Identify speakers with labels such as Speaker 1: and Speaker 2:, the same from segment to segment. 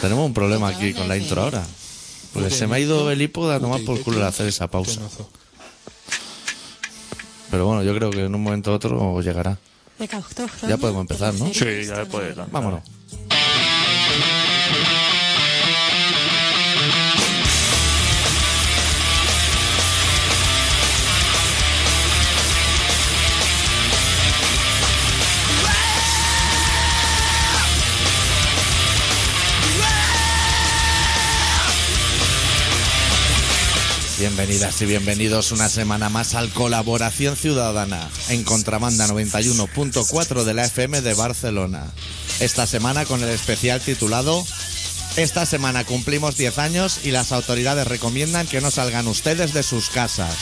Speaker 1: Tenemos un problema aquí con la intro ahora. Porque se me ha ido el hipo de a tomar por culo de hacer esa pausa.
Speaker 2: Tenazo.
Speaker 1: Pero bueno, yo creo que en un momento u otro llegará.
Speaker 3: Ya
Speaker 1: Ya podemos empezar, ¿no?
Speaker 4: Sí, ya puede lanzar.
Speaker 1: Vámonos. Bienvenidas y bienvenidos una semana más al Colaboración Ciudadana en Contrabanda 91.4 de la FM de Barcelona. Esta semana con el especial titulado Esta semana cumplimos 10 años y las autoridades recomiendan que no salgan ustedes de sus casas.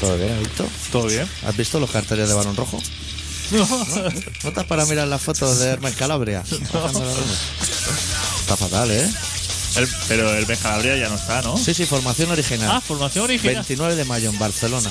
Speaker 1: ¿Todo bien, Adicto?
Speaker 4: ¿Todo bien?
Speaker 1: ¿Has visto los carteles de Barón Rojo? ¿No estás para mirar las fotos de Hermes Calabria? Está fatal, ¿eh?
Speaker 4: El- pero el Benjalabria ya no está, ¿no?
Speaker 1: Sí, sí, formación original.
Speaker 4: Ah, formación original.
Speaker 1: 29 de mayo en Barcelona.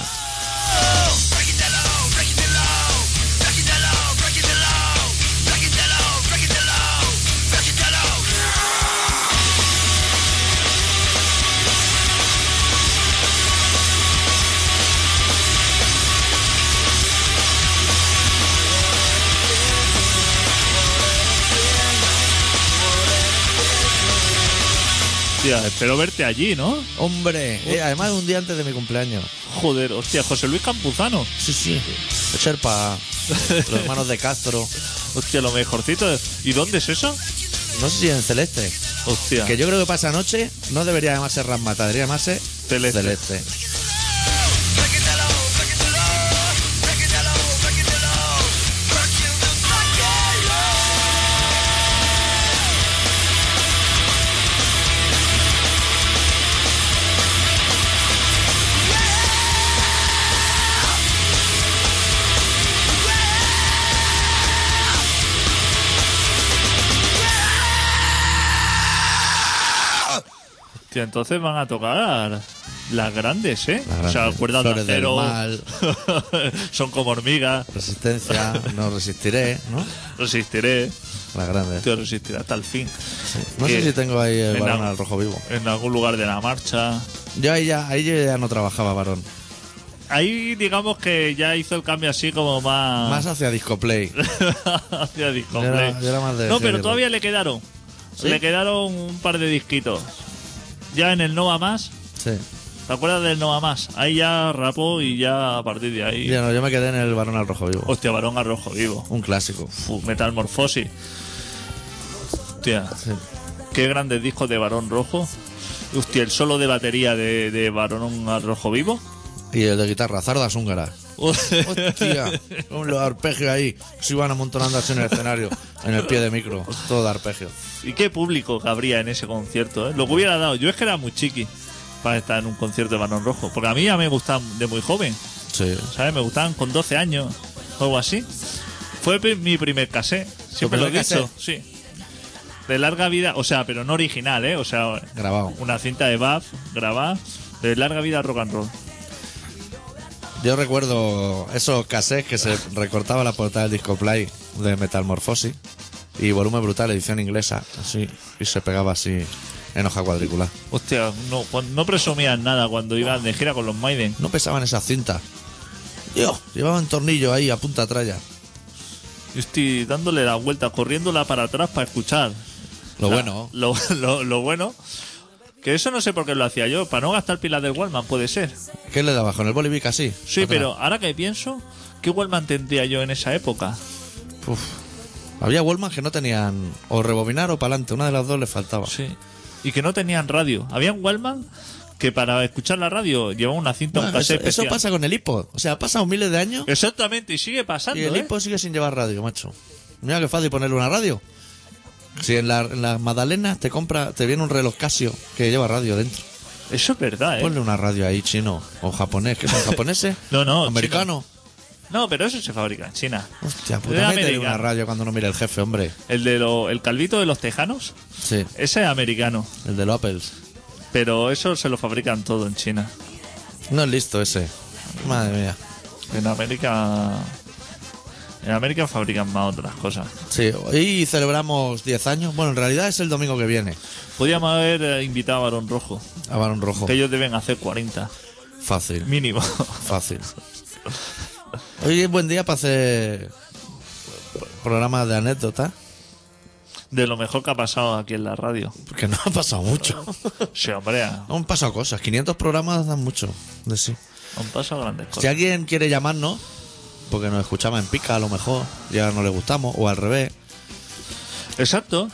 Speaker 4: Hostia, espero verte allí, ¿no?
Speaker 1: Hombre, eh, además un día antes de mi cumpleaños.
Speaker 4: Joder, hostia, José Luis Campuzano.
Speaker 1: Sí, sí. Serpa, los hermanos de Castro.
Speaker 4: Hostia, lo mejorcito. de- ¿Y dónde es eso?
Speaker 1: No sé si en Celeste.
Speaker 4: Hostia.
Speaker 1: Que yo creo que pasa noche, no debería llamarse Rasmata, debería llamarse
Speaker 4: Celeste. Hostia, entonces van a tocar las grandes, ¿eh?
Speaker 1: Las
Speaker 4: O sea,
Speaker 1: grandes.
Speaker 4: cuerdas de
Speaker 1: Flores del
Speaker 4: acero.
Speaker 1: Mal.
Speaker 4: Son como hormigas.
Speaker 1: Resistencia, no resistiré, ¿no?
Speaker 4: Resistiré.
Speaker 1: La grande.
Speaker 4: Tío, resistiré hasta el fin.
Speaker 1: No sé
Speaker 4: Eh,
Speaker 1: si tengo ahí el
Speaker 4: en
Speaker 1: varón
Speaker 4: la-
Speaker 1: al rojo vivo.
Speaker 4: En algún lugar de la marcha.
Speaker 1: Yo ahí ya, ahí yo ya no trabajaba varón.
Speaker 4: Ahí digamos que ya hizo el cambio así como
Speaker 1: Más
Speaker 4: más...
Speaker 1: hacia disco play.
Speaker 4: hacia disco,
Speaker 1: Yo era-
Speaker 4: hombre.
Speaker 1: yo era más de
Speaker 4: No,
Speaker 1: heavy
Speaker 4: pero
Speaker 1: rock.
Speaker 4: todavía le quedaron.
Speaker 1: ¿Sí?
Speaker 4: Le quedaron un par de disquitos. Ya en el Nova Más,
Speaker 1: Sí.
Speaker 4: ¿te acuerdas del Nova Más? Ahí ya rapó y ya a partir de ahí...
Speaker 1: Ya no, yo me quedé en el varón al rojo vivo.
Speaker 4: Hostia, varón a rojo vivo.
Speaker 1: Un clásico.
Speaker 4: Fu, Metamorfosis. Hostia,
Speaker 1: Sí.
Speaker 4: qué grandes discos de varón rojo. Hostia, el solo de batería de, de varón a rojo vivo.
Speaker 1: Y el de guitarra, zardas húngaras. Hostia, un los arpegios ahí. Se iban amontonando así en el escenario, en el pie de micro. Todo de arpegio.
Speaker 4: Y qué público que habría en ese concierto, ¿eh? Lo que hubiera dado. Yo es que era muy chiqui para estar en un concierto de Barón Rojo. Porque a mí ya me gustaban de muy joven,
Speaker 1: Sí.
Speaker 4: ¿sabes? Me gustaban con 12 años o algo así. Fue pri- mi primer casé. Siempre
Speaker 1: ¿Tu
Speaker 4: lo he
Speaker 1: primer
Speaker 4: dicho, sí. De larga vida, o sea, pero no original, ¿eh? O sea,
Speaker 1: Grabado.
Speaker 4: una cinta de BAF grabada de larga vida rock and roll.
Speaker 1: Yo recuerdo esos cassettes que se recortaba la portada del disco play de Metamorfosis y volumen brutal, edición inglesa. Así. Y se pegaba así en hoja cuadricular.
Speaker 4: Hostia, no, cuan- no presumían nada cuando iban de gira con los Maiden.
Speaker 1: No pesaban esas cintas. Dios, llevaban tornillo ahí a punta tralla.
Speaker 4: Yo estoy dándole la vuelta, corriéndola para atrás para escuchar.
Speaker 1: Lo
Speaker 4: La-
Speaker 1: bueno.
Speaker 4: Lo, lo- lo bueno. Que eso no sé por qué lo hacía yo. Para no gastar pilas del Wallman, puede ser.
Speaker 1: ¿Qué le dabas con el bolivic así?
Speaker 4: Sí,
Speaker 1: Atrás.
Speaker 4: pero ahora que pienso, ¿qué Wallman tendría yo en esa época?
Speaker 1: Uf. Había Wallman que no tenían o rebobinar o pa'lante, una de las dos les faltaba.
Speaker 4: Sí. Y que no tenían radio. Había un Wallman que para escuchar la radio llevaba una cinta,
Speaker 1: Bueno,
Speaker 4: un
Speaker 1: Ah, eso,
Speaker 4: cassette
Speaker 1: eso
Speaker 4: especial.
Speaker 1: pasa con el iPod. O sea, ha pasado miles de años
Speaker 4: Exactamente, y sigue pasando.
Speaker 1: y el
Speaker 4: ¿eh?
Speaker 1: iPod sigue sin llevar radio, macho. Mira que fácil ponerle una radio. Si en la- en las Madalenas te compra, te viene un reloj Casio que lleva radio dentro.
Speaker 4: Eso es verdad, ¿eh?
Speaker 1: Ponle una radio ahí chino o japonés. ¿Qué son japoneses?
Speaker 4: No, no,
Speaker 1: ¿Americano?
Speaker 4: No, pero eso se fabrica en China.
Speaker 1: Hostia,
Speaker 4: Era
Speaker 1: puta, métele
Speaker 4: americano.
Speaker 1: una radio cuando no mire el jefe, hombre.
Speaker 4: El de lo, el calvito de los tejanos,
Speaker 1: Sí,
Speaker 4: ese es americano,
Speaker 1: el de Lopels.
Speaker 4: pero eso se lo fabrican todo en China.
Speaker 1: No es listo ese. Madre mía.
Speaker 4: En América. En América fabrican más otras cosas.
Speaker 1: Sí, hoy celebramos 10 años. Bueno, en realidad es el domingo que viene.
Speaker 4: Podríamos haber eh, invitado a Barón Rojo,
Speaker 1: A Barón Rojo.
Speaker 4: que ellos deben hacer 40,
Speaker 1: Fácil,
Speaker 4: mínimo.
Speaker 1: fácil. Hoy es buen día para hacer programas de anécdotas,
Speaker 4: De lo mejor que ha pasado aquí en la radio.
Speaker 1: porque no ha pasado mucho.
Speaker 4: Sí, hombre, han
Speaker 1: Han pasado cosas. 500 programas dan mucho de sí.
Speaker 4: han pasado grandes
Speaker 1: Si
Speaker 4: cosas.
Speaker 1: alguien quiere llamarnos, porque nos escuchaba en pica a lo mejor, ya no le gustamos, o al revés,
Speaker 4: Exacto.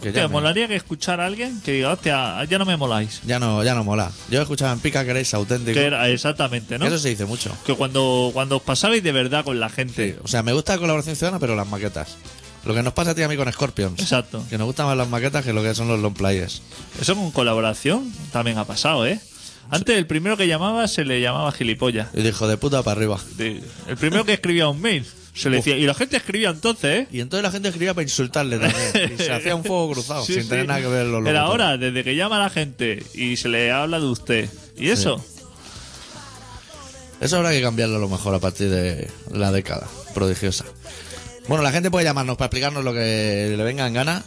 Speaker 1: Que
Speaker 4: Hostia,
Speaker 1: llamen.
Speaker 4: molaría que escuchar a alguien que diga, hostia, ya no me moláis.
Speaker 1: ya no, ya no mola. Yo escuchaba en pica que erais auténtico.
Speaker 4: Que era- exactamente, ¿no?
Speaker 1: Eso se dice mucho.
Speaker 4: Que cuando, cuando os pasabais de verdad con la gente.
Speaker 1: O sea, me gusta la colaboración ciudadana, pero las maquetas. Lo que nos pasa a ti y a mí con Scorpions.
Speaker 4: Exacto.
Speaker 1: Que nos gustan más las maquetas que lo que son los long players.
Speaker 4: Eso con colaboración también ha pasado, ¿eh? Antes el primero que llamaba se le llamaba gilipollas.
Speaker 1: Y dijo, de puta para arriba.
Speaker 4: De- el primero que escribía un mail se le decía. Y la gente escribía entonces, ¿eh?
Speaker 1: Y entonces la gente escribía para insultarle también. Y se hacía un fuego cruzado,
Speaker 4: Sí,
Speaker 1: sin
Speaker 4: sí.
Speaker 1: tener nada que ver los
Speaker 4: Pero
Speaker 1: locutores.
Speaker 4: ahora, desde que llama a la gente y se le habla de usted. ¿Y eso?
Speaker 1: Eso habrá que cambiarlo a lo mejor a partir de la década prodigiosa. Bueno, la gente puede llamarnos para explicarnos lo que le venga en gana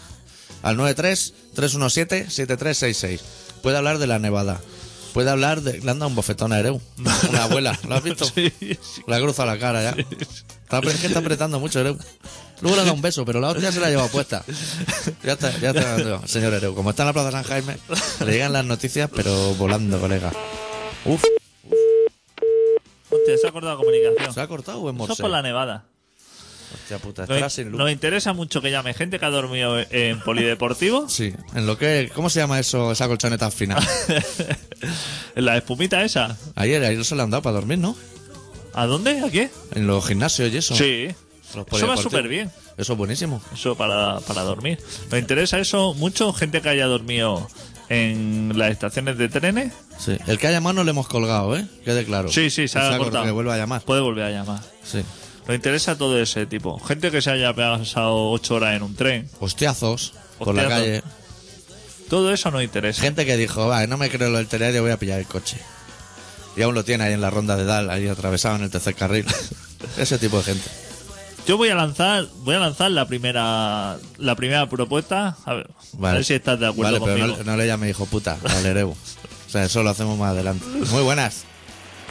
Speaker 1: al 93-317-7366. Puede hablar de la nevada. Puede hablar de... Le han dado un bofetón a Ereu. Una abuela. ¿Lo has visto?
Speaker 4: Sí, sí.
Speaker 1: La cruza la cara ya. Está, es que está apretando mucho Ereu. Luego le ha dado un beso, pero la hostia se la lleva puesta. Ya está, ya está. ganando, Señor Ereu, como está en la Plaza San Jaime, le llegan las noticias, pero volando, colega. Uf,
Speaker 4: Hostia, se ha acordado comunicación.
Speaker 1: ¿se ha cortado o es
Speaker 4: Eso
Speaker 1: morse?
Speaker 4: por la nevada.
Speaker 1: Hostia puta,
Speaker 4: Nos,
Speaker 1: estará sin luz.
Speaker 4: nos interesa mucho que llame gente que ha dormido en polideportivo.
Speaker 1: Sí, en lo que... ¿Cómo se llama eso, esa colchoneta fina?
Speaker 4: en la espumita esa.
Speaker 1: Ayer, ayer se le han dado para dormir, ¿no?
Speaker 4: ¿A dónde? ¿A qué?
Speaker 1: En los gimnasios y eso.
Speaker 4: Sí.
Speaker 1: Los
Speaker 4: Eso va
Speaker 1: polideportivos.
Speaker 4: súper bien.
Speaker 1: Eso es buenísimo.
Speaker 4: Eso para, para dormir. Nos interesa eso mucho, gente que haya dormido en las estaciones de trenes.
Speaker 1: Sí. El que ha llamado no le hemos colgado, ¿eh? Quede claro.
Speaker 4: Sí, sí, se
Speaker 1: O
Speaker 4: ha
Speaker 1: sea,
Speaker 4: cortado.
Speaker 1: Que vuelva a llamar.
Speaker 4: Puede volver a llamar.
Speaker 1: Sí.
Speaker 4: Nos interesa todo ese tipo. Gente que se haya pasado ocho horas en un tren.
Speaker 1: Hostiazos por la
Speaker 4: Hostiazos.
Speaker 1: calle.
Speaker 4: Todo eso nos interesa.
Speaker 1: Gente que dijo, va, no me creo lo del telediario, voy a pillar el coche. Y aún lo tiene ahí en la ronda de Dal, ahí atravesado en el tercer carril. Ese tipo de gente.
Speaker 4: Yo voy a lanzar, voy a lanzar la primera, la primera propuesta. A ver, a
Speaker 1: Vale.
Speaker 4: ver si estás de acuerdo
Speaker 1: Vale,
Speaker 4: conmigo.
Speaker 1: pero no, no le llame hijo puta al Ereu. O sea, eso lo hacemos más adelante. Muy buenas.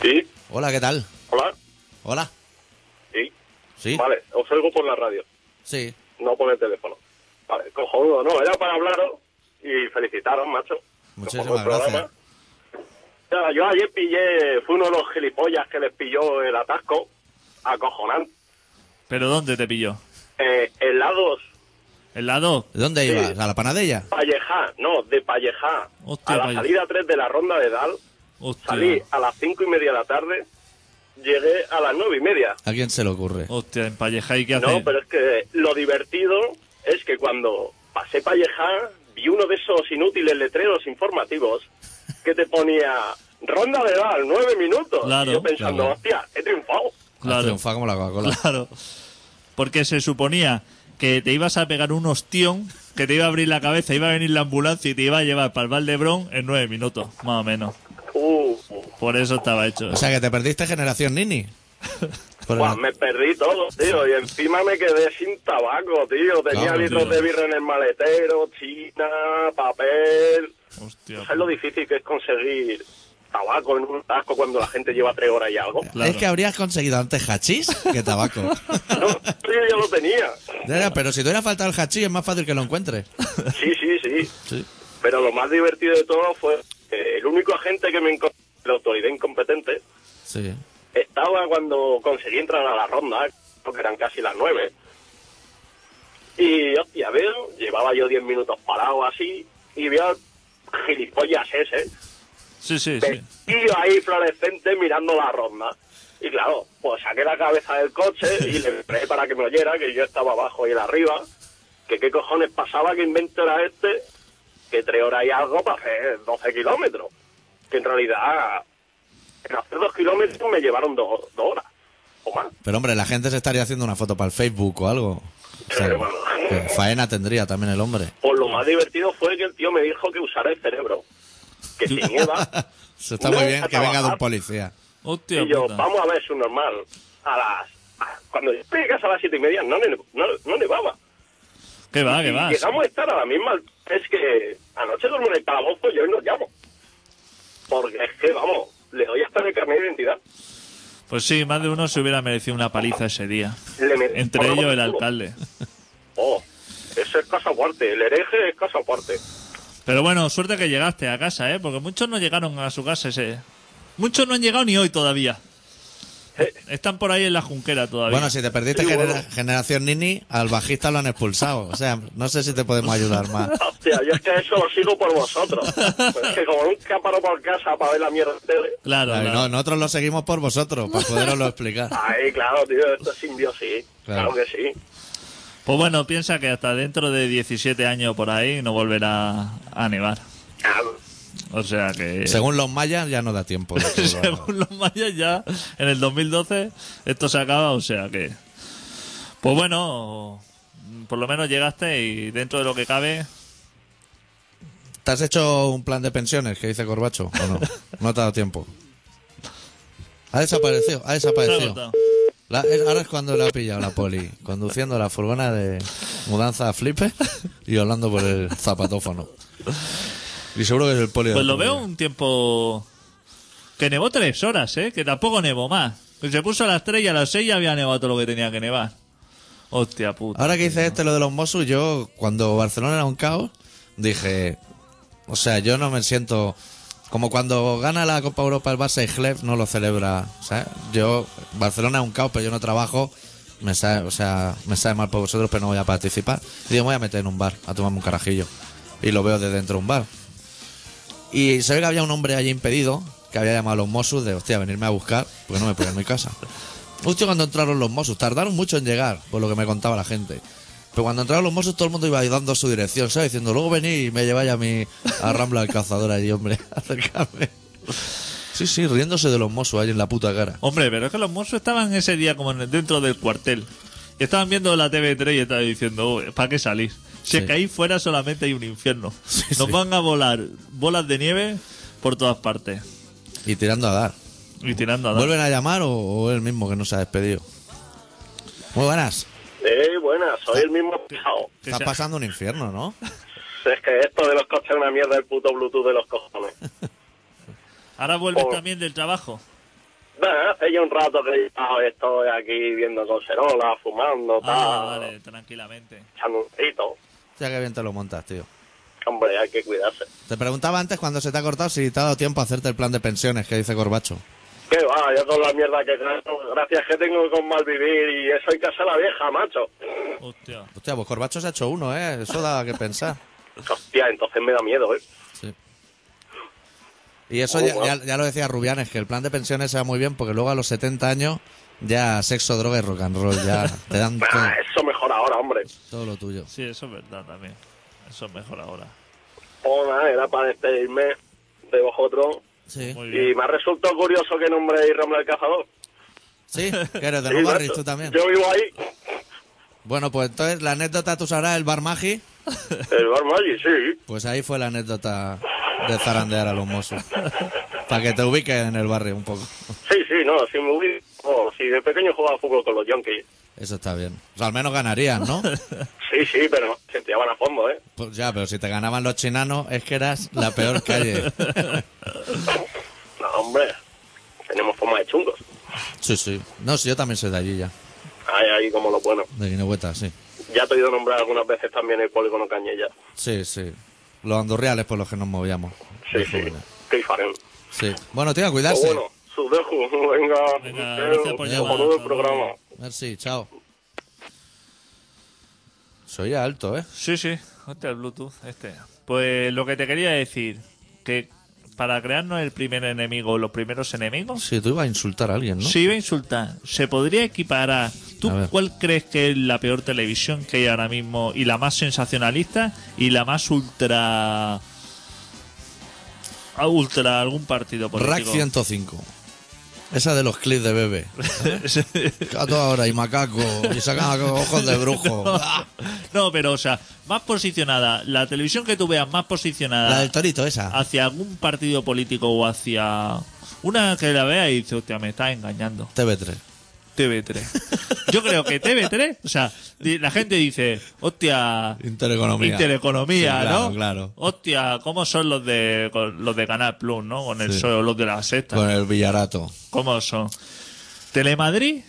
Speaker 2: Sí,
Speaker 1: Hola, ¿qué tal?
Speaker 2: hola.
Speaker 1: Hola.
Speaker 2: Sí.
Speaker 1: ¿Sí?
Speaker 2: Vale, os oigo por la radio,
Speaker 1: Sí.
Speaker 2: no por el teléfono. Vale, cojonudo, no, era para hablaros y felicitaros, macho.
Speaker 1: Muchísimas
Speaker 2: Cojonudo el programa. Ya, yo ayer pillé, fue uno de los gilipollas que les pilló el atasco, acojonante.
Speaker 4: ¿Pero dónde te pilló?
Speaker 2: Eh, helados,
Speaker 4: ¿En la 2?
Speaker 1: ¿De ¿Dónde
Speaker 2: Sí.
Speaker 1: ibas? ¿A la panadella?
Speaker 2: Pallejá, no, de Pallejá.
Speaker 4: Hostia,
Speaker 2: a la
Speaker 4: Pallejá.
Speaker 2: salida 3 de la ronda de Dal,
Speaker 4: Hostia.
Speaker 2: salí a las 5 y media de la tarde, llegué a las 9 y media.
Speaker 1: ¿A quién se le ocurre?
Speaker 4: Hostia, en Palleja y qué hace.
Speaker 2: No, pero es que lo divertido es que cuando pasé Pallejar vi uno de esos inútiles letreros informativos que te ponía ronda de edad, nueve minutos.
Speaker 4: Claro,
Speaker 2: y yo pensando,
Speaker 1: claro.
Speaker 2: hostia, he triunfado.
Speaker 1: Ha
Speaker 4: Claro.
Speaker 1: triunfado como la Coca-Cola.
Speaker 4: Claro. Porque se suponía que te ibas a pegar un ostión, que te iba a abrir la cabeza, iba a venir la ambulancia y te iba a llevar para el Valdebrón en nueve minutos, más o menos.
Speaker 2: Uh,
Speaker 4: Por eso estaba hecho.
Speaker 1: O sea, que te perdiste generación Nini. Por
Speaker 2: buah,
Speaker 1: el-
Speaker 2: me perdí todo, tío. Y encima me quedé sin tabaco, tío. Tenía
Speaker 1: Claro,
Speaker 2: litros
Speaker 4: tío.
Speaker 2: de birra en el maletero, china, papel.
Speaker 4: Hostia.
Speaker 2: ¿Sabes lo difícil que es conseguir tabaco en un tasco cuando la gente lleva tres horas y algo?
Speaker 4: claro.
Speaker 1: Es que habrías conseguido antes hachís que tabaco.
Speaker 2: No, tío, yo lo tenía.
Speaker 1: Ya, ya, pero si te hubiera faltado el hachís es más fácil que lo encuentres.
Speaker 2: Sí, sí, sí.
Speaker 1: Sí.
Speaker 2: Pero lo más divertido de todo fue que el único agente que me encontré, la autoridad incompetente,
Speaker 1: Sí.
Speaker 2: estaba cuando conseguí entrar a la ronda, porque eran casi las nueve. Y, hostia, veo, llevaba yo diez minutos parado así, y veo al gilipollas ese,
Speaker 4: Sí, sí, sí.
Speaker 2: vestido ahí fluorescente mirando la ronda. Y claro, pues saqué la cabeza del coche y le pregunté para que me oyera, que yo estaba abajo y él arriba, que qué cojones pasaba, que invento era este, que tres horas y algo para hacer 12 kilómetros. que en realidad en hacer dos kilómetros me llevaron dos, dos horas o más.
Speaker 1: Pero hombre, la gente se estaría haciendo una foto para el Facebook o algo. O sea,
Speaker 2: Pero Eh, bueno.
Speaker 1: que faena tendría también el hombre.
Speaker 2: Pues lo más divertido fue que el tío me dijo que usara el cerebro, que si nieva.
Speaker 1: Eso está
Speaker 2: no
Speaker 1: muy
Speaker 2: vas
Speaker 1: bien
Speaker 2: a
Speaker 1: que venga de un
Speaker 2: trabajar.
Speaker 1: policía.
Speaker 4: Hostia
Speaker 2: Y yo,
Speaker 4: puta.
Speaker 2: vamos a ver, es un normal. A las. a- Cuando llegué a casa a las siete y media no, ne- no, no nevaba.
Speaker 4: ¿Qué va, qué
Speaker 2: Y
Speaker 4: va?
Speaker 2: Llegamos a estar a la misma. alt- Es que anoche duermo en el calabozo y hoy nos llamo. Porque es que, vamos, le doy hasta el carnet de identidad.
Speaker 4: Pues sí, más de uno se hubiera merecido una paliza ese día.
Speaker 2: Le metí
Speaker 4: Entre
Speaker 2: por lo
Speaker 4: ellos el
Speaker 2: menos uno.
Speaker 4: alcalde.
Speaker 2: Oh, eso es casa aparte. El hereje es casa aparte.
Speaker 4: Pero bueno, suerte que llegaste a casa, ¿eh? Porque muchos no llegaron a su casa ese. Muchos no han llegado ni hoy todavía.
Speaker 2: Eh.
Speaker 4: Están por ahí en la junquera todavía.
Speaker 1: Bueno, si te perdiste
Speaker 2: Sí,
Speaker 1: genera-
Speaker 2: bueno.
Speaker 1: Generación Nini, al bajista lo han expulsado. O sea, no sé si te podemos ayudar más.
Speaker 2: Hostia, yo es que eso lo sigo por vosotros. Pues Es que como nunca paro por casa para ver la mierda de tele.
Speaker 4: claro,
Speaker 1: Claro,
Speaker 4: claro.
Speaker 1: no, nosotros lo seguimos por vosotros, para poderoslo explicar.
Speaker 2: Ay, claro, tío, esto es simbiosis.
Speaker 1: Claro.
Speaker 2: Claro. que sí.
Speaker 4: Pues bueno, piensa que hasta dentro de 17 años por ahí no volverá a nevar.
Speaker 2: Claro.
Speaker 4: O sea que.
Speaker 1: Según los mayas, ya no da tiempo. de que lo haga.
Speaker 4: Según los mayas ya en el 2012 esto se acaba, o sea que... Pues bueno, por lo menos llegaste y dentro de lo que cabe...
Speaker 1: ¿Te has hecho un plan de pensiones que dice Corbacho o no? No te ha dado tiempo. Ha desaparecido, ha
Speaker 4: se ha
Speaker 1: desaparecido.
Speaker 4: agotado.
Speaker 1: La- es- ahora es cuando la ha pillado la poli, conduciendo la furgona de mudanza a Flipper y hablando por el zapatófono. Y seguro que es el poli. de
Speaker 4: Pues
Speaker 1: la
Speaker 4: lo veo
Speaker 1: policía.
Speaker 4: un tiempo... Que nevó tres horas, ¿eh? Que tampoco nevó más. Que se puso a las tres y a las seis ya había nevado todo lo que tenía que nevar. Hostia puta.
Speaker 1: Ahora que dices este lo de los Mossos, yo cuando Barcelona era un caos, dije, o sea, yo no me siento como cuando gana la Copa Europa el Barça y Gleb no lo celebra, ¿sabes? Yo Barcelona es un caos, pero yo no trabajo, me sabe, o sea, me sabe mal por vosotros, pero no voy a participar. Y digo, me voy a meter en un bar a tomarme un carajillo y lo veo desde dentro de un bar. Y se ve que había un hombre allí impedido que había llamado a los Mossos de, hostia, venirme a buscar porque no me podía en mi casa. Hostia, cuando entraron los Mossos, tardaron mucho en llegar, por lo que me contaba la gente. Pero cuando entraron los Mossos, todo el mundo iba dando su dirección, ¿sabes? Diciendo, luego venid y me lleváis a mi a Rambla al cazador allí, hombre, acercarme. Sí, sí, riéndose de los Mossos ahí en la puta cara.
Speaker 4: Hombre, pero es que los mozos estaban ese día como en el- dentro del cuartel. Y estaban viendo la TV3 y estaban diciendo, ¿para qué salir? Si es
Speaker 1: Sí.
Speaker 4: que ahí fuera solamente hay un infierno. Nos
Speaker 1: sí.
Speaker 4: van a volar bolas de nieve por todas partes.
Speaker 1: Y tirando a dar.
Speaker 4: Y tirando a dar.
Speaker 1: ¿Vuelven a llamar o, o él mismo que no se ha despedido? Muy buenas.
Speaker 2: Eh, buena, soy el mismo pesado.
Speaker 4: Que
Speaker 1: Estás
Speaker 4: sea-
Speaker 1: pasando un infierno, ¿no?
Speaker 2: Es que esto de los coches es una mierda el puto Bluetooth de los cojones.
Speaker 4: Ahora vuelves
Speaker 2: Oh.
Speaker 4: también del trabajo.
Speaker 2: Nah, hace ya un rato que ah, estoy aquí viendo Conserola, fumando, tal,
Speaker 4: Ah, vale, tranquilamente.
Speaker 2: echando un grito.
Speaker 1: Ya que bien te lo montas, tío.
Speaker 2: Hombre, hay que cuidarse.
Speaker 1: Te preguntaba antes cuando se te ha cortado si te ha dado tiempo a hacerte el plan de pensiones que dice Corbacho.
Speaker 2: Que va, yo con la mierda que gano, gracias que tengo con malvivir y eso hay que hacer la vieja, macho.
Speaker 4: Hostia.
Speaker 1: Hostia, pues Corbacho se ha hecho uno, ¿eh? Eso da que pensar.
Speaker 2: Hostia, entonces me da miedo, ¿eh?
Speaker 1: Sí. Y eso
Speaker 2: Oh,
Speaker 1: ya,
Speaker 2: wow.
Speaker 1: ya- ya lo decía Rubianes, que el plan de pensiones se va muy bien porque luego a los 70 años ya sexo, droga y rock and roll, ya te dan todo,
Speaker 2: Ah, eso mejor ahora, hombre.
Speaker 1: todo lo tuyo.
Speaker 4: Sí, eso es verdad también. Eso es mejor ahora.
Speaker 2: Oh, nada, era para despedirme de vosotros.
Speaker 1: Sí,
Speaker 4: Muy
Speaker 2: Y
Speaker 4: bien.
Speaker 2: me ha resultado curioso que nombréis Rambla el Cazador.
Speaker 1: sí, que eres de
Speaker 2: Sí,
Speaker 1: los barris
Speaker 2: macho.
Speaker 1: tú también.
Speaker 2: Yo vivo ahí.
Speaker 1: Bueno, pues entonces la anécdota tú sabrás, el bar magi,
Speaker 2: El Bar Maggi, sí.
Speaker 1: pues ahí fue la anécdota de zarandear a los mozos. Para que te ubiques en el barrio un poco.
Speaker 2: Sí, sí, no, si me hubiera... oh, si de pequeño jugaba fútbol con los Yankees.
Speaker 1: Eso está bien. O sea, al menos ganarías, ¿no?
Speaker 2: Sí, sí, pero no, se tiraban a fondo, ¿eh?
Speaker 1: Pues ya, pero si te ganaban los chinanos es que eras la peor calle.
Speaker 2: No, hombre, tenemos forma de chungos.
Speaker 1: Sí, sí. No, sí, yo también soy de allí ya.
Speaker 2: Ahí, ahí, como lo bueno.
Speaker 1: De Guinehueta, sí.
Speaker 2: Ya te he oído nombrar algunas veces también el polígono Cañella.
Speaker 1: Sí, sí. Los andorreales por los que nos movíamos.
Speaker 2: Sí,
Speaker 1: Los
Speaker 2: sí,
Speaker 1: jóvenes.
Speaker 2: qué farem.
Speaker 1: Sí. Bueno, tío, a
Speaker 2: Pues
Speaker 1: cuidarse.
Speaker 2: bueno, sus dejo, venga.
Speaker 4: Ah, Venga, gracias por
Speaker 2: Eh,
Speaker 4: llamar,
Speaker 2: cojonudo el
Speaker 4: hasta
Speaker 2: programa.
Speaker 4: luego.
Speaker 1: Merci, chao. Soy alto, ¿eh?
Speaker 4: Sí, sí. Hostia, el Bluetooth este. Pues lo que te quería decir, que para crearnos el primer enemigo, los primeros enemigos,
Speaker 1: Sí, tú ibas a insultar a alguien, ¿no?
Speaker 4: Si iba a insultar, ¿se podría equiparar? ¿Tú
Speaker 1: A ver.
Speaker 4: cuál crees que es la peor televisión que hay ahora mismo y la más sensacionalista y la más ultra... a ah, ultra algún partido
Speaker 1: Rack
Speaker 4: político.
Speaker 1: 105. Esa de los clips de bebé. A toda hora, y macaco, y sacan ojos de brujo.
Speaker 4: no, pero o sea, más posicionada, la televisión que tú veas más posicionada
Speaker 1: La del torito, esa.
Speaker 4: hacia algún partido político o hacia una que la vea y dice, hostia, me estás engañando.
Speaker 1: TV3.
Speaker 4: TV3. Yo creo que TV3, o sea, di- la gente dice, hostia,
Speaker 1: Intereconomía.
Speaker 4: Intereconomía,
Speaker 1: Sí,
Speaker 4: ¿no?
Speaker 1: Claro, claro.
Speaker 4: Hostia, ¿cómo son los de con- los de Canal Plus, no? Con el
Speaker 1: Sí.
Speaker 4: sol, los de la sexta.
Speaker 1: Con el Villarato.
Speaker 4: ¿Cómo son? Telemadrid,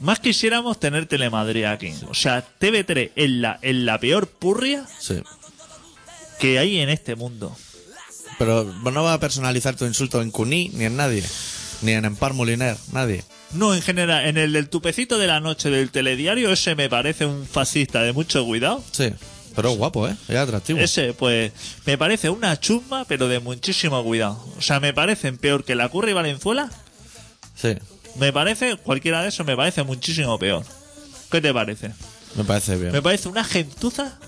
Speaker 4: más quisiéramos tener Telemadrid aquí. O sea, TV3 es la, es la peor purria
Speaker 1: Sí.
Speaker 4: que hay en este mundo.
Speaker 1: Pero no va a personalizar tu insulto en Cuní, ni en nadie. Ni en Empar Moliner, nadie.
Speaker 4: No, en general, en el del tupecito de la noche del telediario, ese me parece un fascista de mucho cuidado.
Speaker 1: Sí. Pero es guapo, ¿eh? Es atractivo.
Speaker 4: Ese, pues, me parece una chusma, pero de muchísimo cuidado. O sea, me parecen peor que la Curry Valenzuela.
Speaker 1: Sí.
Speaker 4: Me parece, cualquiera de esos me parece muchísimo peor. ¿Qué te parece?
Speaker 1: Me parece bien.
Speaker 4: Me parece una gentuza.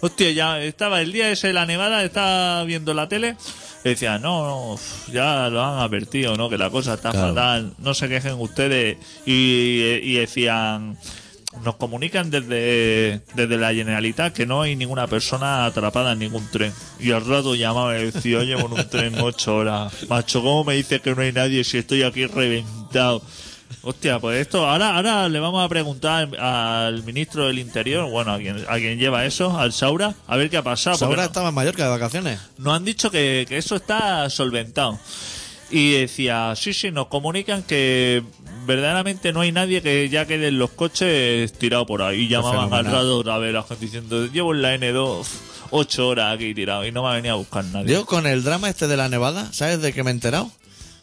Speaker 4: Hostia, ya estaba el día ese de la nevada, estaba viendo la tele y decía, no, no, uf, ya lo han advertido, ¿no? Que la cosa está
Speaker 1: Claro.
Speaker 4: fatal, no se quejen ustedes. Y, y decían, nos comunican desde, desde la Generalitat que no hay ninguna persona atrapada en ningún tren. Y al rato llamaba y decía, oye, con un tren ocho horas. Macho, ¿cómo me dices que no hay nadie si estoy aquí reventado? Hostia, pues esto, ahora, ahora le vamos a preguntar al ministro del Interior, bueno, a quien, a quien lleva eso, al Saura, a ver qué ha pasado. porque
Speaker 1: Pues Ahora
Speaker 4: no-
Speaker 1: estaba en Mallorca de vacaciones.
Speaker 4: nos han dicho que, que eso está solventado. Y decía, sí, sí, nos comunican que verdaderamente no hay nadie que ya queden los coches tirados por ahí. Y llamaban al
Speaker 1: fenomenal.
Speaker 4: rato otra vez la gente diciendo, llevo en la N2 ocho horas aquí tirado y no me ha venido a buscar nadie.
Speaker 1: Yo con el drama este de la nevada, ¿sabes de qué me he enterado?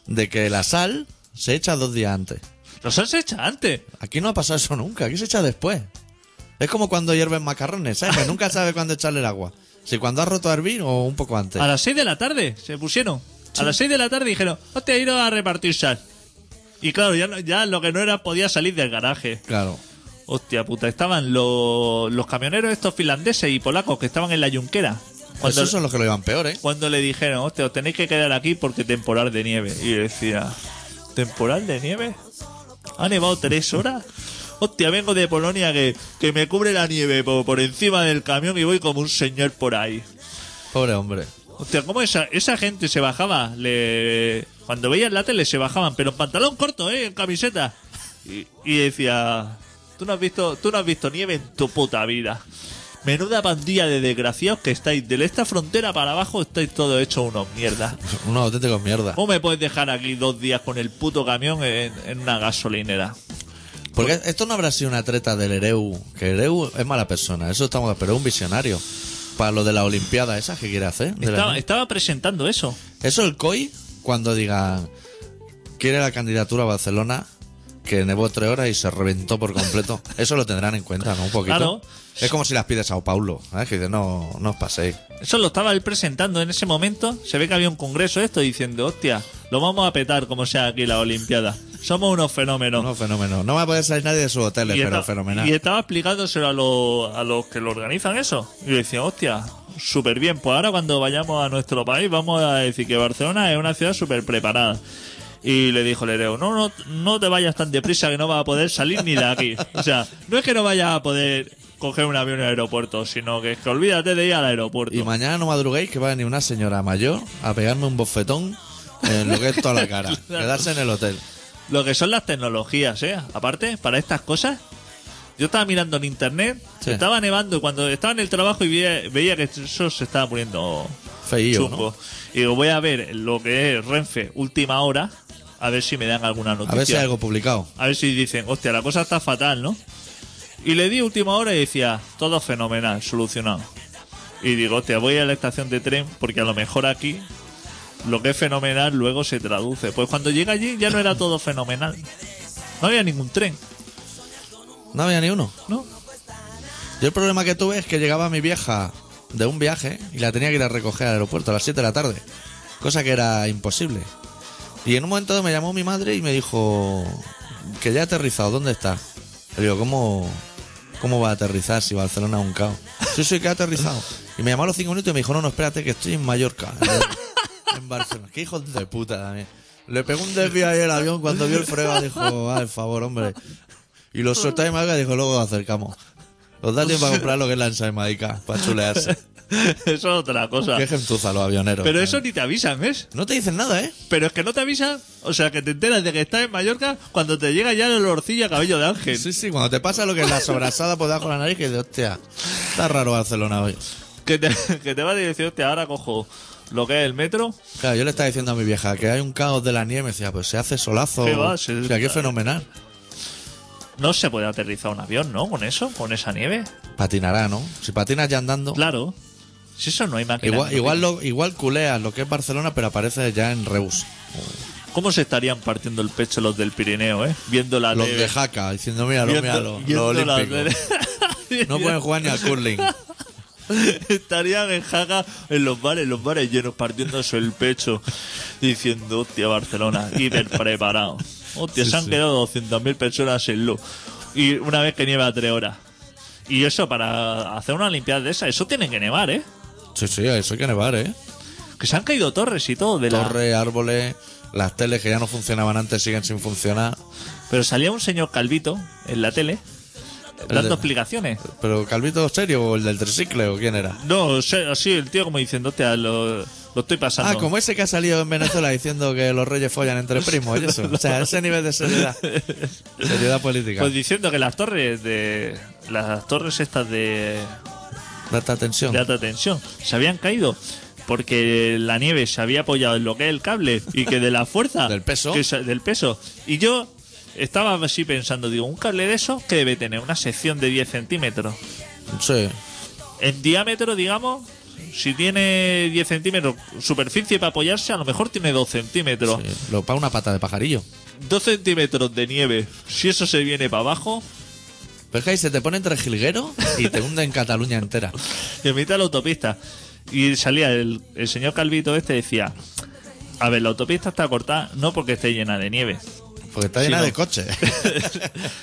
Speaker 1: De que la sal se echa dos días antes.
Speaker 4: Los has hecho antes.
Speaker 1: Aquí no ha pasado eso nunca, aquí se echa después. Es como cuando hierven macarrones, ¿sabes? Que nunca sabe cuándo echarle el agua. Si cuando ha roto a hervir o un poco antes.
Speaker 4: A las 6 de la tarde se pusieron. A las 6 de la tarde dijeron, hostia, he ido a repartir sal. Y claro, ya, no- ya lo que no era podía salir del garaje.
Speaker 1: Claro.
Speaker 4: Hostia puta, estaban los, los camioneros estos finlandeses y polacos que estaban en la yunquera. Cuando,
Speaker 1: Esos son los que lo llevan peor, ¿eh?
Speaker 4: cuando le dijeron, hostia, os tenéis que quedar aquí porque temporal de nieve. Y yo decía, ¿temporal de nieve? ¿Ha nevado tres horas? Hostia, vengo de Polonia que, que me cubre la nieve por, por encima del camión y voy como un señor por ahí.
Speaker 1: Pobre hombre.
Speaker 4: Hostia, ¿cómo esa, esa gente se bajaba? Le... Cuando veían la tele se bajaban, pero en pantalón corto, ¿eh? En camiseta. Y, y decía, tú no, has visto, tú no has visto nieve en tu puta vida. Menuda pandilla de desgraciados que estáis de esta frontera para abajo, estáis todos hechos unos mierdas.
Speaker 1: Unos auténticos mierda.
Speaker 4: ¿Cómo me puedes dejar aquí dos días con el puto camión en, en una gasolinera?
Speaker 1: Porque esto no habrá sido una treta del Ereu. Que Ereu es mala persona, eso estamos de- Pero es un visionario. Para lo de la Olimpiada esa que quiere hacer. de la
Speaker 4: Estaba,
Speaker 1: nieve.
Speaker 4: estaba presentando eso.
Speaker 1: Eso el COI, cuando digan quiere la candidatura a Barcelona, que nevó tres horas y se reventó por completo, eso lo tendrán en cuenta, ¿no? Un poquito.
Speaker 4: Claro.
Speaker 1: Es como si las pide Sao Paulo, ¿sabes? Que dice, no, no os paséis.
Speaker 4: Eso lo estaba él presentando en ese momento. Se ve que había un congreso de esto diciendo, hostia, lo vamos a petar como sea aquí la Olimpiada. Somos unos fenómenos.
Speaker 1: No, fenómeno. No va a poder salir nadie de sus hoteles,
Speaker 4: y,
Speaker 1: pero
Speaker 4: esta-
Speaker 1: fenomenal.
Speaker 4: y estaba explicándoselo a, los- a los que lo organizan eso. Y yo decía, hostia, súper bien. Pues ahora cuando vayamos a nuestro país vamos a decir que Barcelona es una ciudad súper preparada. Y le dijo Lereo, no, no, no te vayas tan deprisa que no vas a poder salir ni de aquí. O sea, no es que no vayas a poder coger un avión en el aeropuerto, sino que, es que olvídate de ir al aeropuerto.
Speaker 1: Y mañana no madruguéis que va a venir una señora mayor a pegarme un bofetón en lo que es toda la cara. Quedarse en el hotel.
Speaker 4: Lo que son las tecnologías, ¿eh? Aparte, para estas cosas. Yo estaba mirando en internet,
Speaker 1: Sí.
Speaker 4: estaba nevando y cuando estaba en el trabajo y veía, veía que eso se estaba poniendo
Speaker 1: Feío, ¿no?
Speaker 4: chungo. Y digo, voy a ver lo que es Renfe última hora, a ver si me dan alguna noticia.
Speaker 1: A ver si hay algo publicado.
Speaker 4: A ver si dicen, hostia, la cosa está fatal, ¿no? Y le di última hora y decía, todo fenomenal, solucionado. Y digo, hostia, voy a la estación de tren porque a lo mejor aquí lo que es fenomenal luego se traduce. Pues cuando llega allí ya no era todo fenomenal. No había ningún tren,
Speaker 1: No había ni uno.
Speaker 4: ¿no?
Speaker 1: Yo el problema que tuve es que llegaba mi vieja de un viaje y la tenía que ir a recoger al aeropuerto a las 7 de la tarde, cosa que era imposible. Y en un momento me llamó mi madre y me dijo que ya ha aterrizado, ¿dónde está? Le digo, ¿cómo, cómo va a aterrizar si Barcelona es un caos? Sí, sí, que ha aterrizado. Y me llamó a los 5 minutos y me dijo, no, no, espérate, que estoy en Mallorca. en Barcelona. Qué hijos de puta también. Le pegó un desvío ahí el avión cuando vio el frega, dijo, al favor, hombre. Y los soltáis más dijo, luego los acercamos. Os da tiempo a comprar lo que es la ensaimadica, para chulearse.
Speaker 4: Eso es otra cosa.
Speaker 1: Qué gentuza los avioneros.
Speaker 4: Pero
Speaker 1: también.
Speaker 4: eso ni te avisan, ¿ves?
Speaker 1: No te dicen nada, ¿eh?
Speaker 4: Pero es que no te avisan, o sea, que te enteras de que estás en Mallorca cuando te llega ya el olorcillo a cabello de ángel.
Speaker 1: Sí, sí, cuando te pasa lo que es la sobrasada por debajo de la nariz, que dices, hostia, está raro Barcelona hoy.
Speaker 4: Que te, que te vas a decir, hostia, ahora cojo lo que es el metro.
Speaker 1: Claro, yo le estaba diciendo a mi vieja que hay un caos de la nieve, me decía, pues se hace solazo.
Speaker 4: ¿Qué va? Se-
Speaker 1: o sea, qué fenomenal.
Speaker 4: No se puede aterrizar un avión, ¿no? Con eso, con esa nieve.
Speaker 1: Patinará, ¿no? Si patinas ya andando.
Speaker 4: Claro. Si eso no hay máquina.
Speaker 1: Igual, igual, lo, igual culeas lo que es Barcelona, pero aparece ya en Reus.
Speaker 4: ¿Cómo se estarían partiendo el pecho los del Pirineo, eh? Viendo la
Speaker 1: Los
Speaker 4: nieve.
Speaker 1: de Jaca, diciendo, míralo,
Speaker 4: Viendo-
Speaker 1: míralo, los
Speaker 4: viendo la
Speaker 1: olímpicos.
Speaker 4: nieve.
Speaker 1: No pueden jugar ni al curling.
Speaker 4: Estarían en Jaca en los bares, los bares llenos, partiéndose el pecho, diciendo, hostia, Barcelona, hiper preparado. Hostia,
Speaker 1: Sí,
Speaker 4: se han
Speaker 1: sí.
Speaker 4: quedado 200.000 personas en lo. Y una vez que nieva tres horas. Y eso, para hacer una limpiada de esa, eso tiene que nevar, ¿eh?
Speaker 1: Sí, sí, eso hay que nevar, ¿eh?
Speaker 4: Que se han caído torres y todo de la-
Speaker 1: Torres, árboles, las teles que ya no funcionaban antes siguen sin funcionar.
Speaker 4: Pero salía un señor calvito en la tele dando explicaciones.
Speaker 1: Pero Calvito serio o el del tricicle o quién era.
Speaker 4: No, o sea, así el tío como diciendo, hostia, lo, lo estoy pasando.
Speaker 1: Ah, como ese que ha salido en Venezuela diciendo que los reyes follan entre primos y eso. O sea, ese nivel de seriedad. Seriedad política.
Speaker 4: Pues diciendo que las torres de. Las torres estas de,
Speaker 1: Presta tensión.
Speaker 4: de alta tensión se habían caído porque la nieve se había apoyado en lo que es el cable y que de la fuerza.
Speaker 1: Del peso.
Speaker 4: que se- del peso. Y yo estaba así pensando, digo, un cable de eso que debe tener una sección de 10 centímetros.
Speaker 1: Sí.
Speaker 4: En diámetro, digamos, si tiene 10 centímetros superficie para apoyarse, a lo mejor tiene 2 centímetros.
Speaker 1: sí. Lo para una pata de pajarillo.
Speaker 4: 2 centímetros de nieve, si eso se viene para abajo,
Speaker 1: Pero es que ahí se te pone entre jilguero y te hunde en Cataluña entera.
Speaker 4: en mitad de la autopista. Y salía el, el señor Calvito este decía, a ver, la autopista está cortada no porque esté llena de nieve,
Speaker 1: Porque está
Speaker 4: Sí,
Speaker 1: llena
Speaker 4: no.
Speaker 1: de coches.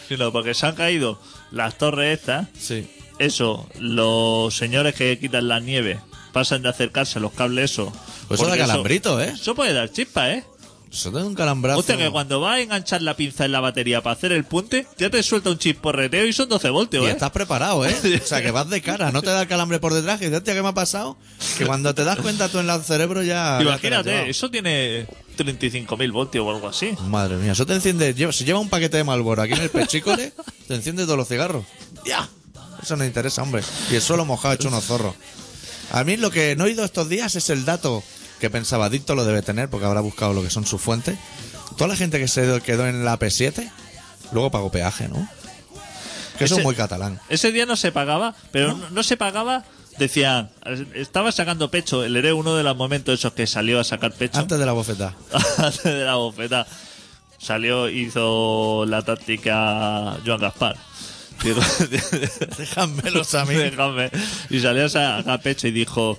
Speaker 4: sino porque se han caído las torres estas.
Speaker 1: Sí.
Speaker 4: Eso, los señores que quitan la nieve pasan de acercarse a los cables esos.
Speaker 1: Pues eso
Speaker 4: porque
Speaker 1: da calambrito, ¿eh?
Speaker 4: Eso puede dar chispa, ¿eh?
Speaker 1: Eso te da un calambrazo.
Speaker 4: Hostia, que cuando vas a enganchar la pinza en la batería para hacer el puente, ya te suelta un chisporreteo y son 12 voltios,
Speaker 1: Y
Speaker 4: ¿eh?
Speaker 1: estás preparado, ¿eh? O sea, que vas de cara, no te da el calambre por detrás. Y dices, hostia, ¿qué me ha pasado? Que cuando te das cuenta tú en el cerebro ya. ya te lo has llevado.
Speaker 4: Imagínate, eso tiene 35.000 voltios o algo así.
Speaker 1: Madre mía, eso te enciende. lleva- Si lleva un paquete de Malboro aquí en el pechícole, te enciende todos los cigarros.
Speaker 4: ¡Ya!
Speaker 1: Eso no interesa, hombre. Y el suelo mojado hecho unos zorros. A mí lo que no he oído estos días es el dato que pensaba Dicto lo debe tener porque habrá buscado lo que son sus fuentes. Toda la gente que se quedó en la P7 luego pagó peaje, ¿no? Que eso
Speaker 4: Ese-
Speaker 1: es muy catalán.
Speaker 4: Ese día no se pagaba, pero no, no se pagaba, decían, estaba sacando pecho, el era uno de los momentos esos que salió a sacar pecho
Speaker 1: Antes de la bofetada.
Speaker 4: antes de la bofeta. Salió, hizo la táctica Joan Gaspar. Digo,
Speaker 1: Déjamelos a mí.
Speaker 4: Déjame. Y salió a, a pecho y dijo: